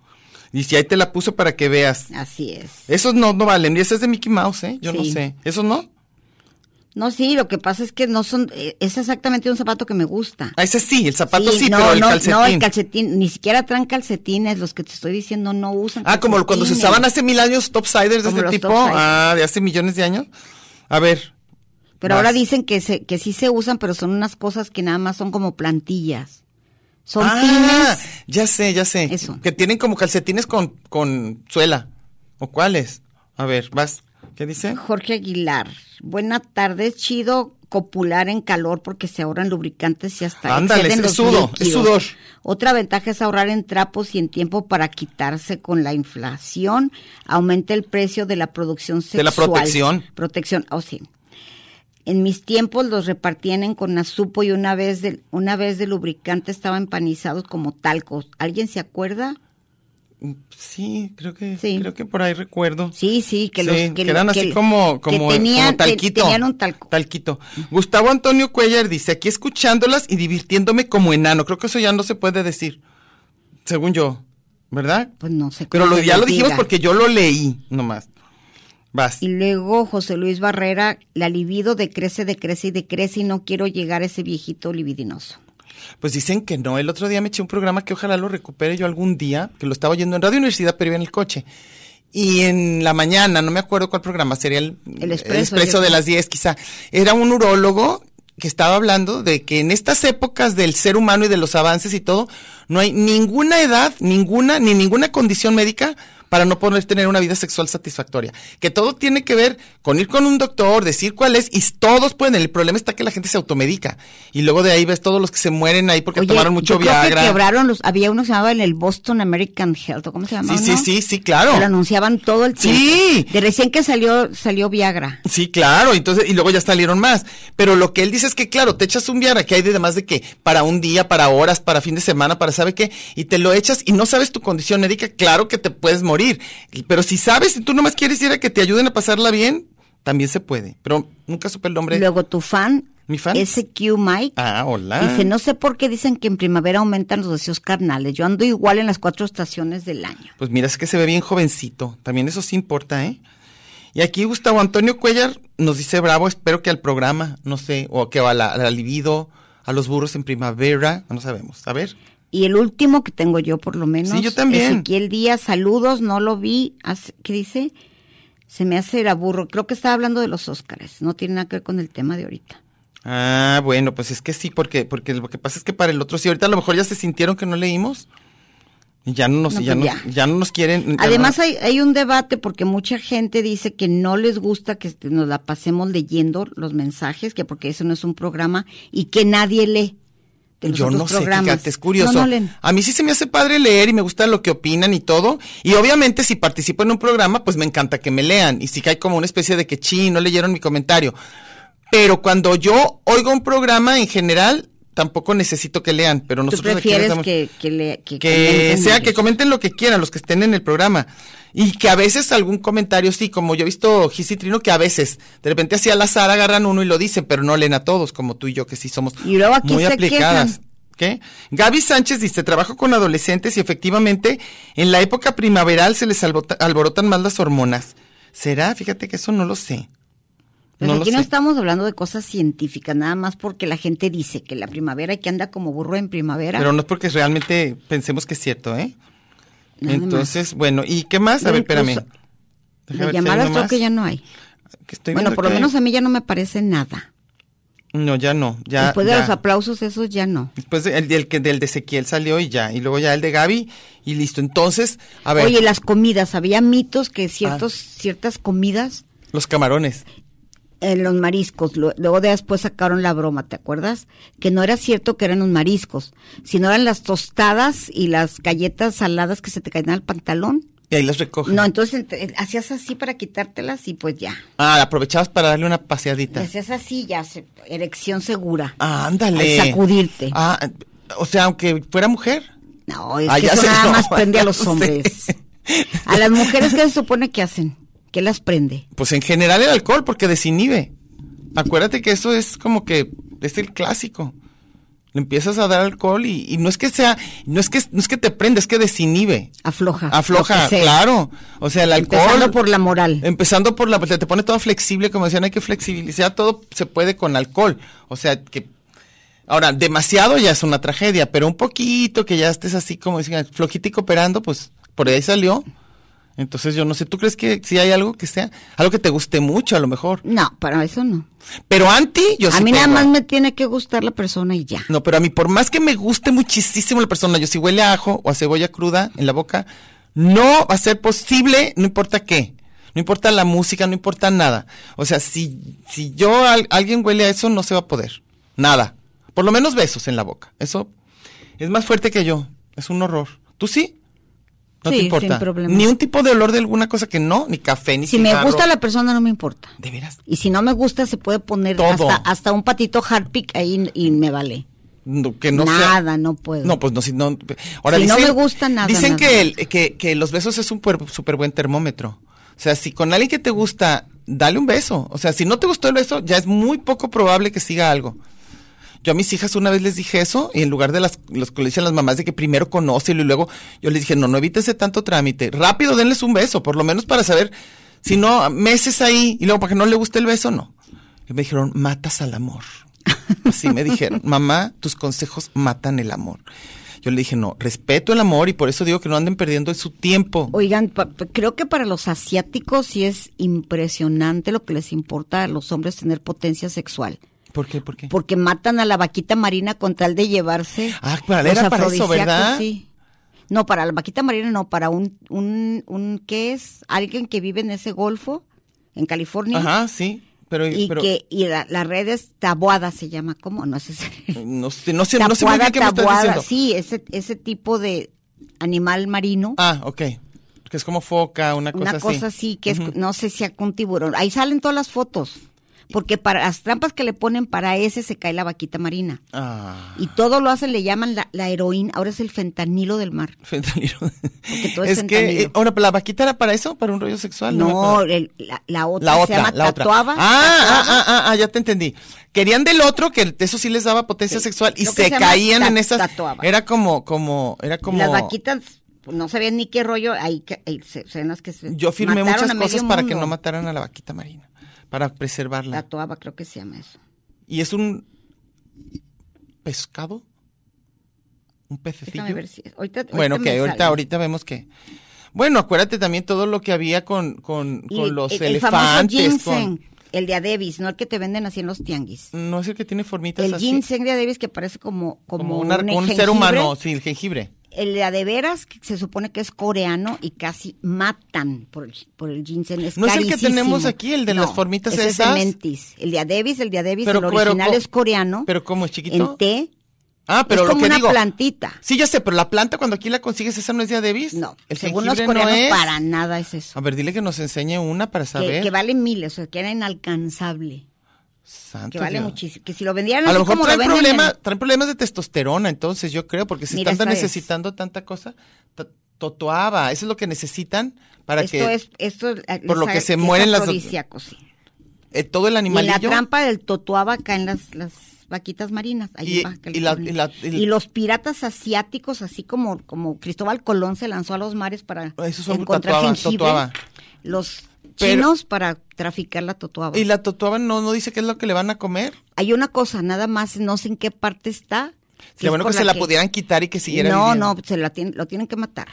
D: Dice, ahí te la puso para que veas.
B: Así es.
D: Esos no, no valen. Y ese es de Mickey Mouse, ¿eh? Yo no
B: Sí.
D: sé. ¿Esos no?
B: No, sí, lo que pasa es que no son, eh, es exactamente un zapato que me gusta.
D: Ah, ese sí, el zapato sí,
B: no,
D: pero el
B: no,
D: calcetín.
B: no, el calcetín, ni siquiera traen calcetines, los que te estoy diciendo no usan.
D: Ah, como cuando se
B: calcetines.
D: usaban hace mil años topsiders de
B: Como
D: este
B: los
D: tipo.
B: topsiders.
D: Ah, de hace millones de años. A ver.
B: Pero
D: vas.
B: ahora dicen que, se, que sí se usan, pero son unas cosas que nada más son como plantillas. Son
D: Ah,
B: pines.
D: Ya sé, ya sé.
B: Eso.
D: Que tienen como calcetines con, con suela. ¿O cuáles? A ver, vas. ¿Qué dice?
B: Jorge Aguilar. Buenas tardes, chido copular en calor porque se ahorran lubricantes y hasta
D: Ándale,
B: exceden
D: es
B: los
D: sudor, es
B: líquidos.
D: sudor.
B: Otra ventaja es ahorrar en trapos y en tiempo para quitarse con la inflación. Aumenta el precio de la producción sexual.
D: De la protección.
B: Protección, oh sí. En mis tiempos los repartían en conazupo y una vez de, una vez de lubricante estaban empanizados como talcos. ¿Alguien se acuerda?
D: Sí, creo que,
B: Sí.
D: creo que por ahí recuerdo.
B: Sí, sí, que los
D: Sí,
B: que,
D: que eran así
B: que-
D: como,
B: que
D: como,
B: tenían,
D: como talquito.
B: te- tenían un talco.
D: Talquito. Gustavo Antonio Cuellar dice, aquí escuchándolas y divirtiéndome como enano. Creo que eso ya no se puede decir, según yo, ¿verdad?
B: Pues no sé.
D: Pero
B: cómo
D: lo,
B: se
D: ya
B: les
D: lo dijimos
B: diga.
D: porque yo lo leí nomás. Vas.
B: Y luego José Luis Barrera, la libido decrece, decrece y decrece y no quiero llegar a ese viejito libidinoso.
D: Pues dicen que no. El otro día me eché un programa que ojalá lo recupere yo algún día, que lo estaba oyendo en Radio Universidad, pero iba en el coche. Y en la mañana, no me acuerdo cuál programa, sería el,
B: El Expreso,
D: Expreso
B: yo
D: de
B: creo.
D: las 10 quizá. Era un urólogo que estaba hablando de que en estas épocas del ser humano y de los avances y todo, no hay ninguna edad, ninguna, ni ninguna condición médica para no poder tener una vida sexual satisfactoria. Que todo tiene que ver con ir con un doctor, decir cuál es, y todos pueden. El problema está que la gente se automedica. Y luego de ahí ves todos los que se mueren ahí porque
B: Oye,
D: tomaron mucho
B: yo creo que
D: Viagra.
B: quebraron los, había uno que se llamaba en el Boston American Health, ¿o ¿cómo se llamaba?
D: sí, sí,
B: no?
D: sí, sí,
B: Que Lo
D: claro.
B: anunciaban todo el tiempo.
D: Sí.
B: De recién que salió, salió Viagra.
D: Sí, claro, entonces, y luego ya salieron más. Pero lo que él dice es que, claro, te echas un Viagra, que hay de demás de que para un día, para horas, para fin de semana, para sabe qué, y te lo echas y no sabes tu condición médica, claro que te puedes morir. Y- Pero si sabes, si tú nomás quieres ir a que te ayuden a pasarla bien, también se puede. Pero nunca supe el nombre.
B: Luego tu fan,
D: ¿Mi fan?
B: SQ Mike.
D: Ah, hola.
B: Dice, no sé por qué dicen que en primavera aumentan los deseos carnales. Yo ando igual en las cuatro estaciones del año.
D: Pues mira, es que se ve bien jovencito. También eso sí importa, ¿eh? Y aquí Gustavo Antonio Cuellar nos dice, bravo, espero que al programa, no sé, o que a la, a la libido, a los burros en primavera, no sabemos. A ver.
B: Y el último que tengo yo, por lo menos.
D: Sí, yo también.
B: Ezequiel Díaz, saludos, no lo vi. Hace- ¿Qué dice? Se me hace el aburro. Creo que estaba hablando de los Óscares. No tiene nada que ver con el tema de ahorita.
D: Ah, bueno, pues es que sí, porque, porque lo que pasa es que para el otro, sí, ahorita a lo mejor ya se sintieron que no leímos. Y ya no nos,
B: No,
D: ya,
B: pues
D: nos
B: ya.
D: ya no nos quieren. ya
B: Además,
D: no-
B: hay, hay un debate porque mucha gente dice que no les gusta que este, nos la pasemos leyendo los mensajes, que porque eso no es un programa y que nadie lee. De los
D: yo
B: otros
D: no sé,
B: programas.
D: fíjate, es curioso.
B: No, no leen.
D: a mí sí se me hace padre leer y me gusta lo que opinan y todo. Y obviamente si participo en un programa, pues me encanta que me lean. Y sí que hay como una especie de que, chi, no leyeron mi comentario. Pero cuando yo oigo un programa en general, tampoco necesito que lean. Pero
B: ¿Tú
D: nosotros aquí les
B: prefieres
D: damos-
B: que, que, le, que
D: que
B: comenten
D: sea
B: ellos?
D: que comenten lo que quieran los que estén en el programa y que a veces algún comentario sí como yo he visto Gis y Trino que a veces de repente así al azar agarran uno y lo dicen pero no leen a todos como tú y yo que sí somos
B: Y luego aquí
D: muy
B: se
D: aplicadas
B: quejan.
D: ¿Qué? Gaby Sánchez dice, trabajo con adolescentes y efectivamente en la época primaveral se les albota- alborotan más las hormonas. ¿Será? Fíjate que eso no lo sé.
B: Pues
D: no lo
B: aquí no
D: sé.
B: estamos hablando de cosas científicas, nada más porque la gente dice que la primavera y que anda como burro en primavera.
D: Pero no es porque realmente pensemos que es cierto, ¿eh?
B: Nada más.
D: Entonces, bueno, ¿y qué más? A
B: Yo
D: ver, espérame.
B: incluso-
D: Déjame ver
B: de
D: si hay
B: llamadas
D: uno
B: creo
D: más.
B: que ya no hay.
D: Que estoy
B: bueno,
D: viendo
B: por lo
D: que hay-
B: menos a mí ya no me parece nada.
D: No, ya no. Ya,
B: Después de
D: ya.
B: los aplausos esos ya no.
D: Después de- el, del que del de Ezequiel salió y ya. Y luego ya el de Gaby y listo. Entonces, a ver, Ah.
B: Oye, las comidas, había mitos que ciertos ciertas comidas
D: los camarones.
B: en los mariscos, lo- luego de después sacaron la broma, ¿te acuerdas? Que no era cierto que eran los mariscos, sino eran las tostadas y las galletas saladas que se te caían al pantalón.
D: Y ahí los recogen.
B: No, entonces te- hacías así para quitártelas y pues ya.
D: Ah, aprovechabas para darle una paseadita.
B: Le hacías Pues así, ya, se- erección segura.
D: Ah, ándale.
B: Al sacudirte.
D: Ah, o sea, aunque fuera mujer.
B: No, es
D: Ah,
B: que
D: ya
B: eso
D: sé,
B: nada
D: no,
B: más prende a
D: <laughs> ya
B: los
D: sé.
B: hombres. A las mujeres, ¿qué se supone que hacen? ¿Qué las prende?
D: Pues en general el alcohol, porque desinhibe. Acuérdate que eso es como que es el clásico. Le empiezas a dar alcohol y, y no es que sea, no es que, no es que te prenda, es que desinhibe.
B: Afloja.
D: Afloja,
B: Ah, lo que sea.
D: claro. O sea, el alcohol. Em-
B: Empezando por la moral.
D: Empezando por la. Te, te pone todo flexible, como decían, hay que flexibilizar. Todo se puede con alcohol. O sea, que. Ahora, demasiado ya es una tragedia, pero un poquito que ya estés así, como decían, flojito y cooperando, pues por ahí salió. Entonces yo no sé, ¿tú crees que si hay algo que sea, algo que te guste mucho a lo mejor?
B: No, para eso no.
D: Pero anti, yo
B: a
D: sí
B: mí nada
D: tengo.
B: más me tiene que gustar la persona y ya.
D: No, pero a mí, por más que me guste muchísimo la persona, yo si huele a ajo o a cebolla cruda en la boca, no va a ser posible, no importa qué. No importa la música, no importa nada. O sea, si, si yo, al- alguien huele a eso, no se va a poder. Nada. Por lo menos besos en la boca. Eso es más fuerte que yo. Es un horror. ¿Tú sí? No
B: Sí,
D: te
B: sin
D: importa.
B: problema.
D: Ni un tipo de olor de alguna cosa que no, ni café, ni
B: Si me
D: cigarro.
B: gusta la persona, no me importa.
D: De veras.
B: Y si no me gusta, se puede poner
D: Todo.
B: hasta, hasta un patito hardpick ahí y me vale.
D: No, que no sea-
B: Nada, no puedo.
D: No, pues no, si no. Ahora
B: Si no
D: dicen,
B: me gusta, nada,
D: Dicen
B: nada.
D: Que, el- que, que los besos es un súper buen termómetro. O sea, si con alguien que te gusta, dale un beso. O sea, si no te gustó el beso, ya es muy poco probable que siga algo. Yo a mis hijas una vez les dije eso, y en lugar de las, los que le dicen las mamás de que primero conócelo y luego, yo les dije, no, no evítese tanto trámite. Rápido, denles un beso, por lo menos para saber. Si no, meses ahí, y luego para que no le guste el beso, no. Y me dijeron, matas al amor. Así me dijeron, mamá, tus consejos matan el amor. Yo le dije, no, respeto el amor y por eso digo que no anden perdiendo su tiempo.
B: Oigan, pa- pa- creo que para los asiáticos sí es impresionante lo que les importa a los hombres tener potencia sexual.
D: ¿Por qué? ¿Por qué?
B: Porque matan a la vaquita marina con tal de llevarse.
D: Ah, para- era
B: los
D: para eso,
B: afrodisíacos,
D: ¿verdad?
B: sí. No, para la vaquita marina no, para un, un, un, ¿qué es? Alguien que vive en ese golfo, en California.
D: Ajá, sí, pero...
B: Y
D: pero-
B: que y la, la red es tabuada, se llama. ¿Cómo? No
D: <laughs>
B: sé. si-
D: No sé, no sé, no sé
B: Tabuada,
D: muy bien qué me estás
B: tabuada,
D: diciendo.
B: Sí, ese, ese tipo de animal marino.
D: Ah, ok. Que es como foca, una cosa
B: una
D: así.
B: cosa así, que es,
D: Ujú.
B: no sé si algún tiburón. Ahí salen todas las fotos. Porque para las trampas que le ponen para ese se cae la vaquita marina.
D: Ah. <laughs>
B: Y todo lo hacen, le llaman la, la heroína. Ahora es el fentanilo del mar.
D: Fentanilo.
B: todo es
D: es que,
B: fentanilo.
D: eh, ahora, ¿la vaquita era para eso? ¿Para un rollo sexual? me
B: No,
D: acuerdo.
B: el- la, la otra,
D: Ah, la
B: se
D: otra,
B: llama
D: la otra.
B: tatuaba.
D: Ah, ah,
B: tatuaba.
D: ah, ah, ah, ya te entendí. Querían del otro, que eso sí les daba potencia
B: Sí.
D: sexual, y
B: Lo que
D: se
B: se llama
D: caían
B: ta-
D: en esas.
B: tatuaba.
D: Era como, como, era como.
B: Las vaquitas pues, no sabían ni qué rollo. Ahí, que- ahí se, se ven las que se
D: Yo firmé
B: mataron
D: muchas
B: a medio
D: cosas para que
B: mundo.
D: no mataran a la vaquita marina, para preservarla.
B: Tatuaba, creo que se llama eso.
D: Y es un pescado, un pececillo.
B: Déjame ver si. Ahorita, ahorita
D: Bueno, que
B: me sale.
D: ahorita, ahorita vemos que. Bueno, acuérdate también todo lo que había con, con,
B: Y
D: con los
B: el- el famoso
D: elefantes.
B: ginseng,
D: con-
B: El de Adebis, no el que te venden así en los tianguis.
D: no es el que tiene formitas
B: El
D: así.
B: ginseng de Adebis que parece como, como,
D: como una-
B: un
D: un ser
B: jengibre.
D: humano, sí, el jengibre.
B: El de Adeveras, que se supone que es coreano y casi matan por el, por el ginseng. Es
D: ¿No es el que
B: carísimo.
D: tenemos aquí, el de las formitas
B: ese es
D: esas?
B: de Mentis. El de Adebis, el de Adebis,
D: Pero-
B: el
D: pero
B: original
D: co-
B: es coreano.
D: pero ¿cómo, es chiquito?
B: En té.
D: Ah, pero
B: es
D: lo
B: como
D: que
B: una
D: digo.
B: plantita.
D: Sí, ya sé, pero la planta cuando aquí la consigues, esa no es de Adebis.
B: No,
D: el
B: según los
D: jengibre no
B: coreanos
D: es.
B: para nada es eso.
D: A ver, dile que nos enseñe una para
B: Que,
D: saber.
B: que vale miles, o sea, que era inalcanzable.
D: Santo
B: Que vale
D: Dios.
B: muchísimo. Que si lo vendieran
D: A
B: así
D: lo mejor
B: como lo
D: traen,
B: venden en-
D: problema, traen problemas de testosterona, entonces yo creo, porque si
B: Mira,
D: están
B: esta es.
D: necesitando tanta cosa, to- totoaba, eso es lo que necesitan para
B: esto
D: que
B: es esto es-
D: por lo
B: es-
D: que se
B: es
D: mueren las-
B: afrodisíaco, sí.
D: eh, todo el
B: Y en la
D: animalillo.
B: trampa del totoaba caen las las vaquitas marinas ahí
D: Y-
B: en Baja
D: y la-
B: California.
D: y la- y la-
B: Y los piratas asiáticos así como como Cristóbal Colón se lanzó a los mares para
D: Esos son
B: encontrar
D: totoaba,
B: jengibre.
D: totoaba.
B: Los
D: Pero-
B: chinos para traficar la totoaba.
D: Y la totoaba no, no dice qué es lo que le van a comer.
B: Hay una cosa nada más no sé en qué parte está. es
D: Sería bueno
B: por
D: que se la pudieran quitar y que siguiera
B: No,
D: viviendo.
B: no, se la tienen, lo tienen que matar.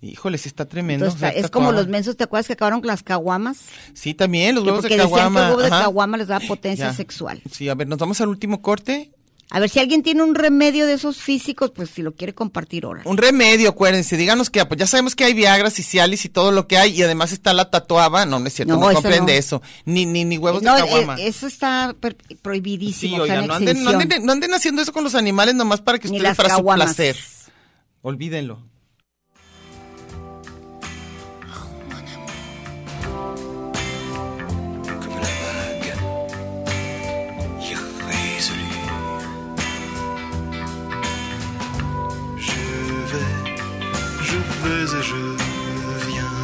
D: Híjole, sí está tremendo.
B: Entonces,
D: o sea,
B: es como
D: totoaba.
B: los mensos, ¿te acuerdas que acabaron con las caguamas?
D: Sí, también, los
B: Que
D: huevos
B: porque
D: de
B: decían que
D: caguama.
B: el huevo de
D: ajá.
B: caguama les da potencia
D: Ya.
B: sexual.
D: Sí, a ver, nos vamos al último corte.
B: A ver, si alguien tiene un remedio de esos físicos, pues si lo quiere compartir ahora.
D: Un remedio, acuérdense, díganos que pues ya sabemos que hay Viagra, Cialis y todo lo que hay, y además está la tatuaba, no, no es cierto,
B: No,
D: no,
B: eso
D: compren de
B: no.
D: eso, ni, ni, ni huevos
B: No,
D: de
B: eh,
D: caguama.
B: eso está per- prohibidísimo.
D: Sí,
B: o sea,
D: oigan,
B: en
D: no anden, no,
B: exhibición.
D: anden, no anden haciendo eso con los animales nomás para que
B: Ni
D: ustedes,
B: las
D: para su
B: caguamas.
D: placer. Olvídenlo.
G: comme la vague irrésolue. Je vais, je vais et je viens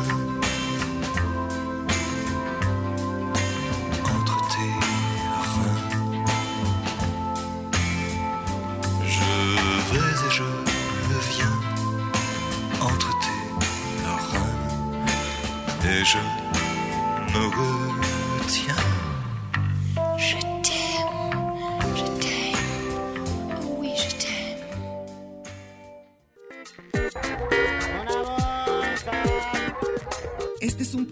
G: entre tes reins. Je vais et je viens entre tes reins et je me retiens.
J: Je t'aime, je t'aime, oui je t'aime.
F: Este es un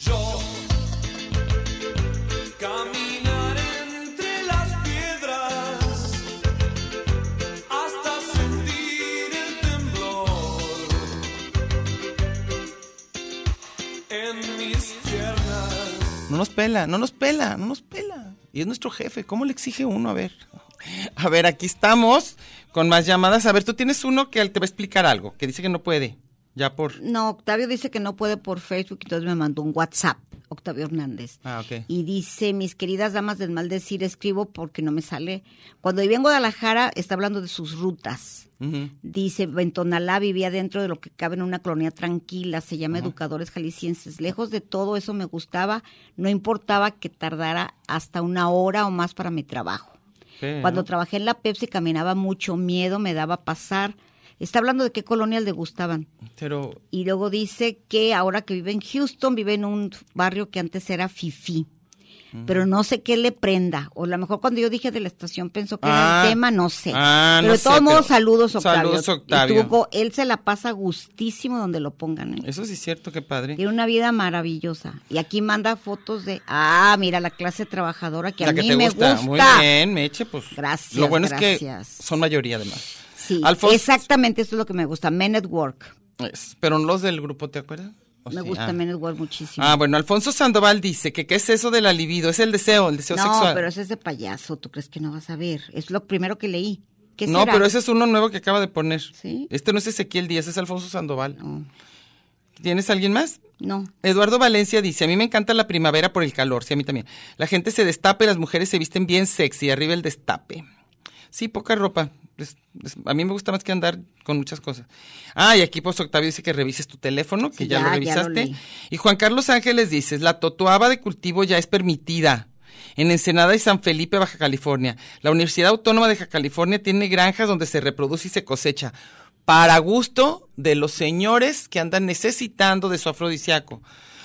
K: Yo caminar entre las piedras hasta sentir el temblor en mis piernas.
D: No nos pela, no nos pela, no nos pela. Y es nuestro jefe, ¿cómo le exige uno? A ver, <laughs> a ver, aquí estamos con más llamadas. A ver, tú tienes uno que te va a explicar algo, que dice que no puede, ya por...
B: No, Octavio dice que no puede por Facebook, entonces me mandó un WhatsApp, Octavio Hernández.
D: Ah, ok.
B: Y dice, mis queridas damas del maldecir, escribo porque no me sale. Cuando viví en Guadalajara, está hablando de sus rutas.
D: Ujú.
B: Dice, en Tonalá vivía dentro de lo que cabe en una colonia tranquila, se llama Educadores Jaliscienses. Lejos de todo eso me gustaba, no importaba que tardara hasta una hora o más para mi trabajo.
D: Ok,
B: Cuando
D: ¿no?
B: trabajé en la Pepsi caminaba mucho, miedo me daba pasar. Está hablando de qué colonia le gustaban.
D: Pero,
B: Y luego dice que ahora que vive en Houston, vive en un barrio que antes era Fifi. Pero no sé qué le prenda. O a lo mejor cuando yo dije de la estación pensó que era
D: Ah.
B: el tema, no sé.
D: Ah,
B: pero
D: no
B: de todos
D: sé,
B: modos,
D: pero-
B: saludos, Octavio.
D: Saludos,
B: Y
D: Octavio.
B: tuvo- él se la pasa gustísimo donde lo pongan. ¿eh?
D: eso sí es cierto, qué padre.
B: Tiene una vida maravillosa. Y aquí manda fotos de, ah, mira, la clase trabajadora que
D: La
B: a
D: que
B: mí
D: te
B: me
D: gusta.
B: gusta.
D: Muy bien, Meche, pues.
B: Gracias,
D: Lo bueno
B: gracias.
D: es que son mayoría, además.
B: Sí,
D: Alfonso-
B: exactamente, eso es lo que me gusta. Men at Work.
D: Es, pero no los del grupo, ¿te acuerdas? ¿O
B: Me
D: sí?
B: gusta
D: Ah.
B: Men at Work muchísimo.
D: Ah, bueno, Alfonso Sandoval dice que qué es eso de la libido, es el deseo, el deseo
B: no,
D: sexual.
B: pero ese es de payaso, ¿tú crees que no vas a ver? Es lo primero que leí. ¿Qué
D: no,
B: será?
D: pero ese es uno nuevo que acaba de poner.
B: ¿Sí?
D: Este no es Ezequiel Díaz, es Alfonso Sandoval.
B: No,
D: ¿Tienes alguien más?
B: no.
D: Eduardo Valencia dice, a mí me encanta la primavera por el calor, sí, a mí también. La gente se destapa y las mujeres se visten bien sexy, arriba el destape. Sí, poca ropa. Es- es- a mí me gusta más que andar con muchas cosas. Ah, y aquí pues Octavio dice que revises tu teléfono, que
B: Sí, ya,
D: ya, lo
B: ya lo
D: revisaste.
B: leí.
D: y Juan Carlos Ángeles dice, la totoaba de cultivo ya es permitida. En Ensenada y San Felipe, Baja California. La Universidad Autónoma de Baja California tiene granjas donde se reproduce y se cosecha. Para gusto de los señores que andan necesitando de su afrodisíaco.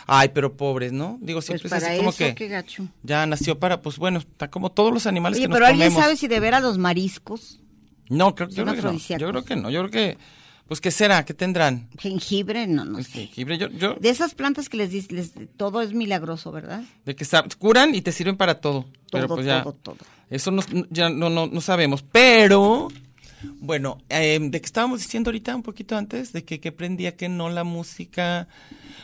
D: Ay, pero pobres, ¿no? Digo,
B: Pues
D: siempre es
B: para
D: así
B: eso,
D: como que
B: qué gacho.
D: ya nació para, pues bueno, está como todos los animales
B: Oye,
D: que nos
B: pero ¿alguien
D: comemos.
B: sabe si de ver a los mariscos,
D: No, creo, yo
B: Son
D: creo que no.
B: afrodisíacos.
D: Yo creo que no. Yo creo que. Pues, ¿qué será? ¿Qué tendrán?
B: jengibre? No, no
D: El
B: sé.
D: jengibre, yo- yo-
B: De esas plantas que les dices, les- todo es milagroso, ¿verdad?
D: de que sa- curan y te sirven para todo. pero
B: Todo,
D: pues ya.
B: todo, todo.
D: Eso no, ya no, no, no sabemos. Pero. Bueno, eh, de que estábamos diciendo ahorita un poquito antes, de que, que prendía, que no la música.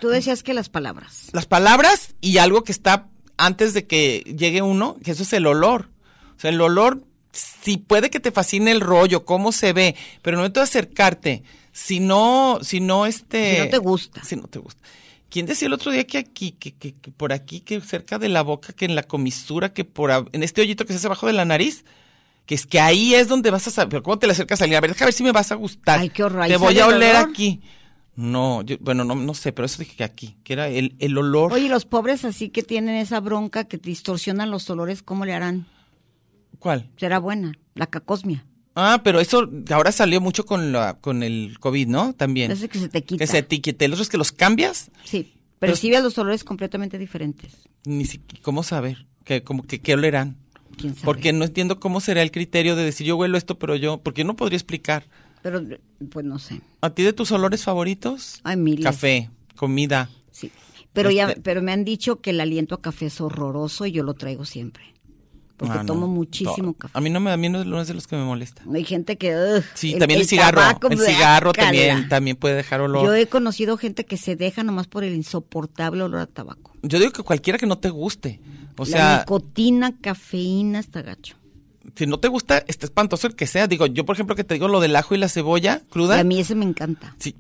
B: Tú decías que las palabras.
D: Las palabras y algo que está antes de que llegue uno, que eso es el olor. O sea, el olor, si puede que te fascine el rollo, cómo se ve, pero no de acercarte. Si no, si no este.
B: Si no te gusta.
D: Si no te gusta. ¿Quién decía el otro día que aquí, que, que- que por aquí, que cerca de la boca, que en la comisura, que por ab- en este hoyito que se hace abajo de la nariz? Que es que ahí es donde vas a saber, pero ¿cómo te le acercas a alguien? A ver, déjame ver si me vas a gustar.
B: Ay, qué horror, ahí
D: Te voy
B: sale
D: a
B: el
D: oler
B: olor.
D: aquí. No, yo- bueno, no, no sé, pero eso dije que aquí, que era el, el olor.
B: Oye, los pobres así que tienen esa bronca que distorsionan los olores, ¿cómo le harán?
D: ¿Cuál?
B: Será buena, la cacosmia.
D: Ah, pero eso ahora salió mucho con la, con el COVID, ¿no? También.
B: Eso que se te quita.
D: Que se etiquete. El otro es que los cambias,
B: Sí,
D: Pues
B: percibe los olores completamente diferentes.
D: ni siquiera, ¿cómo saber? Que, como que, ¿qué olerán?
B: ¿Quién sabe?
D: Porque no entiendo cómo será el criterio de decir yo huelo esto, pero yo, porque yo no podría explicar.
B: Pero, pues no sé.
D: ¿A ti de tus olores favoritos?
B: Ay, miles.
D: Café, comida.
B: Sí. Pero ya,
D: Este-
B: pero me han dicho que el aliento a café es horroroso y yo lo traigo siempre. porque
D: Ah, no,
B: tomo muchísimo
D: no,
B: café.
D: A mí no me a mí no no es de los que me molesta.
B: Hay gente que... ugh,
D: Sí, también el, cigarro,
B: tabaco,
D: el cigarro
B: guácala.
D: también también puede dejar olor.
B: Yo
D: Yo,
B: he conocido gente que se deja nomás por el insoportable olor a tabaco.
D: digo que cualquiera que no te guste.
B: La
D: O sea,
B: nicotina, cafeína, está gacho.
D: si no te gusta, está espantoso el que sea. Digo, yo por ejemplo que te digo lo del ajo y la cebolla
B: Y
D: cruda.
B: a mí ese me encanta.
D: Sí.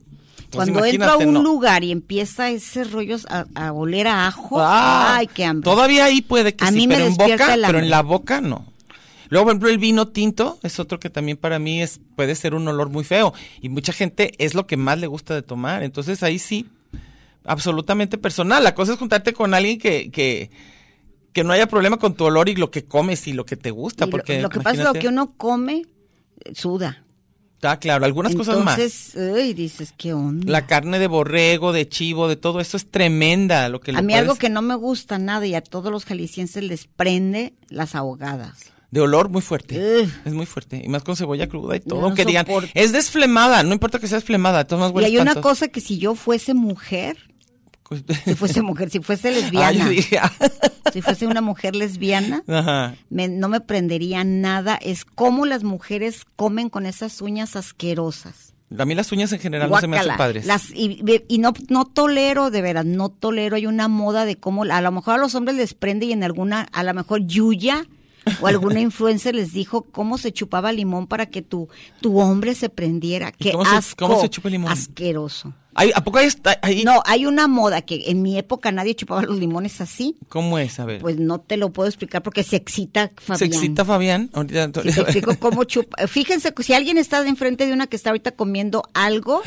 D: Entonces,
B: Cuando entro a
D: Pues imagínate,
B: un
D: no.
B: lugar y empieza ese rollo a, a oler a ajo,
D: Ah,
B: ay, qué hambre.
D: Todavía ahí puede que
B: A
D: sí,
B: mí me
D: pero en
B: despierta
D: boca,
B: el
D: pero en
B: hambre.
D: la boca no. Luego, por ejemplo, el vino tinto es otro que también para mí es puede ser un olor muy feo y mucha gente es lo que más le gusta de tomar. Entonces ahí sí, absolutamente personal. La cosa es juntarte con alguien que que, que no haya problema con tu olor y lo que comes y lo que te
B: Y
D: gusta,
B: lo,
D: porque
B: lo que pasa es lo
D: imagínate-
B: que uno come, eh, suda.
D: Ah, claro, algunas cosas más.
B: Entonces, ay, dices, ¿qué onda?
D: La carne de borrego, de chivo, de todo eso es tremenda. Lo que le
B: a mí algo
D: puedes-
B: que no me gusta nada y a todos los jaliscienses les prende las ahogadas.
D: De olor muy fuerte.
B: Ugh.
D: Es muy fuerte. Y más con cebolla cruda y todo.
B: Eh. no
D: que digan,
B: soporto.
D: es desflemada. No importa que sea desflemada. de todas más
B: Y hay una cosa que si yo fuese mujer, si
D: <laughs>
B: fuese mujer, si fuese lesbiana, si fuese una mujer lesbiana,
D: "Ah". Ajá.
B: me- no me prendería nada, es cómo las mujeres comen con esas uñas asquerosas.
D: A mí las uñas en general no se me hacen
B: Guácala.
D: padres.
B: Las- y ve- y no, no tolero, de veras, no tolero. Hay una moda de cómo a lo mejor a los hombres les prende y en alguna, a lo mejor Yuya o
D: <laughs>
B: alguna influencer les dijo cómo se chupaba limón para que tu, tu hombre se prendiera.
D: ¿Y
B: Qué
D: cómo se-
B: asco.
D: cómo se chupa el limón?
B: Asqueroso.
D: Ay, ¿A poco ahí está? Ahí?
B: No, hay una moda que en mi época nadie chupaba los limones así.
D: ¿Cómo es? A ver.
B: Pues no te lo puedo explicar porque se excita Fabián.
D: ¿Se excita Fabián? Ahorita-
B: Si te explico cómo chupa. Fíjense, que si alguien está de enfrente de una que está ahorita comiendo algo,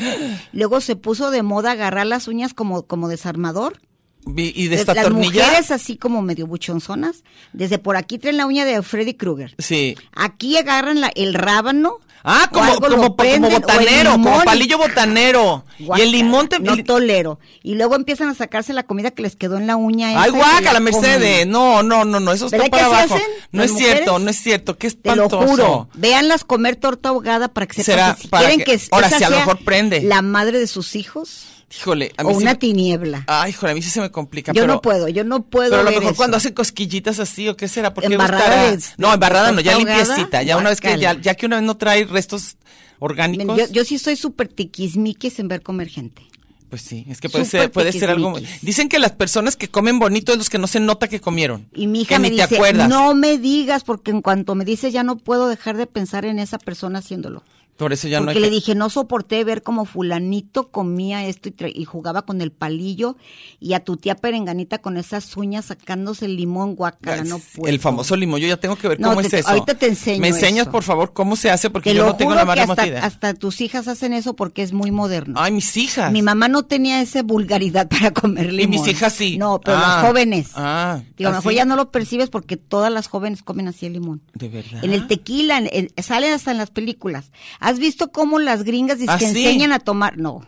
B: luego se puso de moda agarrar las uñas como, como desarmador.
D: <laughs> Vi- ¿Y
B: Entonces,
D: de esta
B: las
D: tornilla?
B: mujeres así como medio buchonzonas. Desde por aquí traen la uña de Freddy Krueger.
D: Sí.
B: Aquí agarran la- el rábano.
D: Ah,
B: o
D: como,
B: algo lo
D: como, como
B: prenden, o el
D: botanero, como
B: limón.
D: palillo botanero. y el
B: Guácala,
D: limón te...
B: No
D: el-
B: tolero. Y luego empiezan a sacarse la comida que les quedó en la uña. esa
D: Ay,
B: y se
D: guácala,
B: la comen.
D: Mercedes. No, no, no, no. Eso está
B: ¿Verdad
D: para
B: que así
D: abajo.
B: hacen
D: No
B: las
D: es cierto,
B: mujeres?
D: no es cierto. Qué
B: Te lo
D: espantoso.
B: juro. Véanlas comer torta ahogada para que sepan
D: Será
B: que si
D: para
B: quieren
D: que-
B: que,
D: ahora,
B: esa
D: si a lo
B: sea
D: mejor prende.
B: la madre de sus hijos
D: Híjole, a
B: o
D: mí sí
B: una
D: me-
B: tiniebla.
D: Ay, híjole, a mí sí se me complica.
B: yo
D: pero,
B: no puedo, yo no puedo
D: Pero a lo
B: ver
D: mejor
B: eso.
D: cuando hace cosquillitas así, ¿o qué será? ¿Por qué
B: Embarrada
D: buscará?
B: de- de-
D: No, embarrada no, ya
B: torta ahogada,
D: limpiecita. Ya una vez que ya,
B: guácala.
D: ya que una vez no trae restos
B: Men,
D: orgánicos.
B: yo, yo sí soy súper tiquismiquis en ver comer gente.
D: Pues sí, es que puede
B: Súper
D: ser, puede ser algo.
B: tiquismiquis.
D: Dicen que las personas que comen bonito es los que no se nota que comieron.
B: Y mi hija
D: que
B: me
D: ni te
B: dice,
D: acuerdas.
B: no me digas, porque en cuanto me dice ya no puedo dejar de pensar en esa persona haciéndolo.
D: Por eso ya no
B: porque
D: hay.
B: le
D: que-
B: dije, no soporté ver como fulanito comía esto y, tra- y jugaba con el palillo y a tu tía perenganita con esas uñas sacándose el limón guacala, no puedo.
D: El famoso limón, yo ya tengo que ver
B: No,
D: cómo
B: te-
D: es eso.
B: ahorita te enseño
D: Me enseñas,
B: eso.
D: por favor, cómo se hace, porque
B: Te
D: yo
B: lo
D: no tengo
B: juro
D: la más
B: que
D: remota
B: hasta,
D: idea.
B: hasta tus hijas hacen eso porque es muy moderno.
D: Ay, mis hijas.
B: Mi mamá no tenía esa vulgaridad <laughs> para comer
D: y
B: limón.
D: mis hijas sí.
B: No, pero
D: Ah,
B: las jóvenes.
D: Ah.
B: Digo, a lo mejor
D: ¿así?
B: ya no lo percibes porque todas las jóvenes comen así el limón.
D: De verdad.
B: En el tequila, en- en- salen hasta en las películas. ¿Has visto cómo las gringas dizque
D: ¿Ah, sí?
B: enseñan a tomar? No,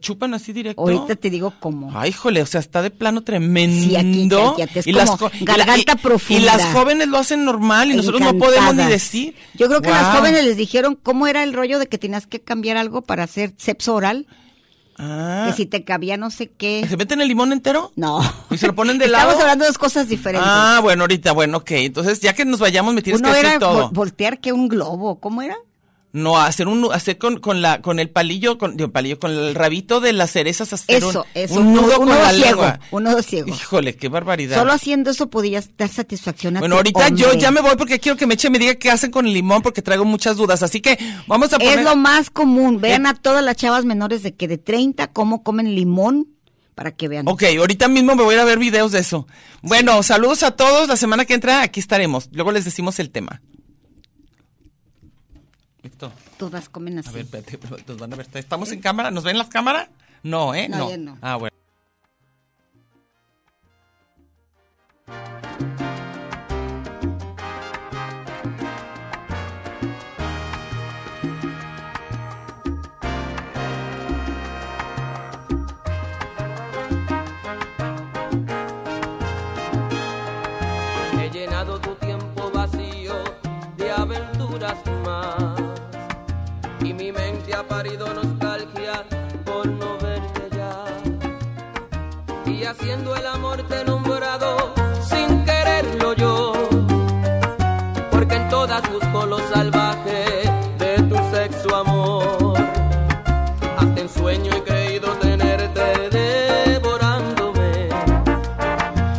D: chupan así directo.
B: ahorita te digo cómo.
D: Ay, híjole, o sea, está de plano tremendo.
B: Sí, aquí, aquí, aquí, es como
D: jo-
B: garganta profunda.
D: Y las jóvenes lo hacen normal y nosotros no
B: Encantadas.
D: podemos ni decir.
B: Yo creo que las
D: Guau.
B: jóvenes les dijeron cómo era el rollo de que tenías que cambiar algo para hacer sexo oral,
D: Ah,
B: que si te cabía no sé qué.
D: ¿Se meten el limón entero?
B: No.
D: ¿Y se lo ponen de
B: Estamos
D: lado?
B: hablando de dos cosas diferentes.
D: Ah, bueno, ahorita, bueno, ok. Entonces, ya que nos vayamos, me tienes
B: Uno
D: que decir
B: era
D: todo.
B: vol- voltear que un globo, ¿cómo era?
D: No, hacer un hacer con, con la con el palillo con digo, palillo con el rabito de las cerezas hacer
B: Eso,
D: un,
B: eso,
D: un
B: un-
D: nudo
B: un
D: con
B: nudo
D: la
B: ciego,
D: lengua.
B: un nudo ciego.
D: Híjole, qué barbaridad.
B: Solo haciendo eso podías dar satisfacción a tu
D: bueno, ahorita yo
B: hombre.
D: ya me voy porque quiero que Meche me diga qué hacen con el limón porque traigo muchas dudas, así que vamos a poner
B: Es lo más común. Vean
D: Eh.
B: a todas las chavas menores de que de 30 cómo comen limón para que vean.
D: Ok, ahorita mismo me voy a ir a ver videos de eso. Bueno, saludos a todos. La semana que entra aquí estaremos. Luego les decimos el tema. Listo.
B: Todas comen así.
D: A ver, espérate, pero nos van a ver. ¿Estamos en cámara? ¿Nos ven las cámaras? No, ¿eh?
B: No, ya no.
D: Ah, bueno.
L: He llenado tu tiempo vacío de aventuras más. Y mi mente ha parido nostalgia por no verte ya. Y haciendo el amor te he nombrado sin quererlo yo.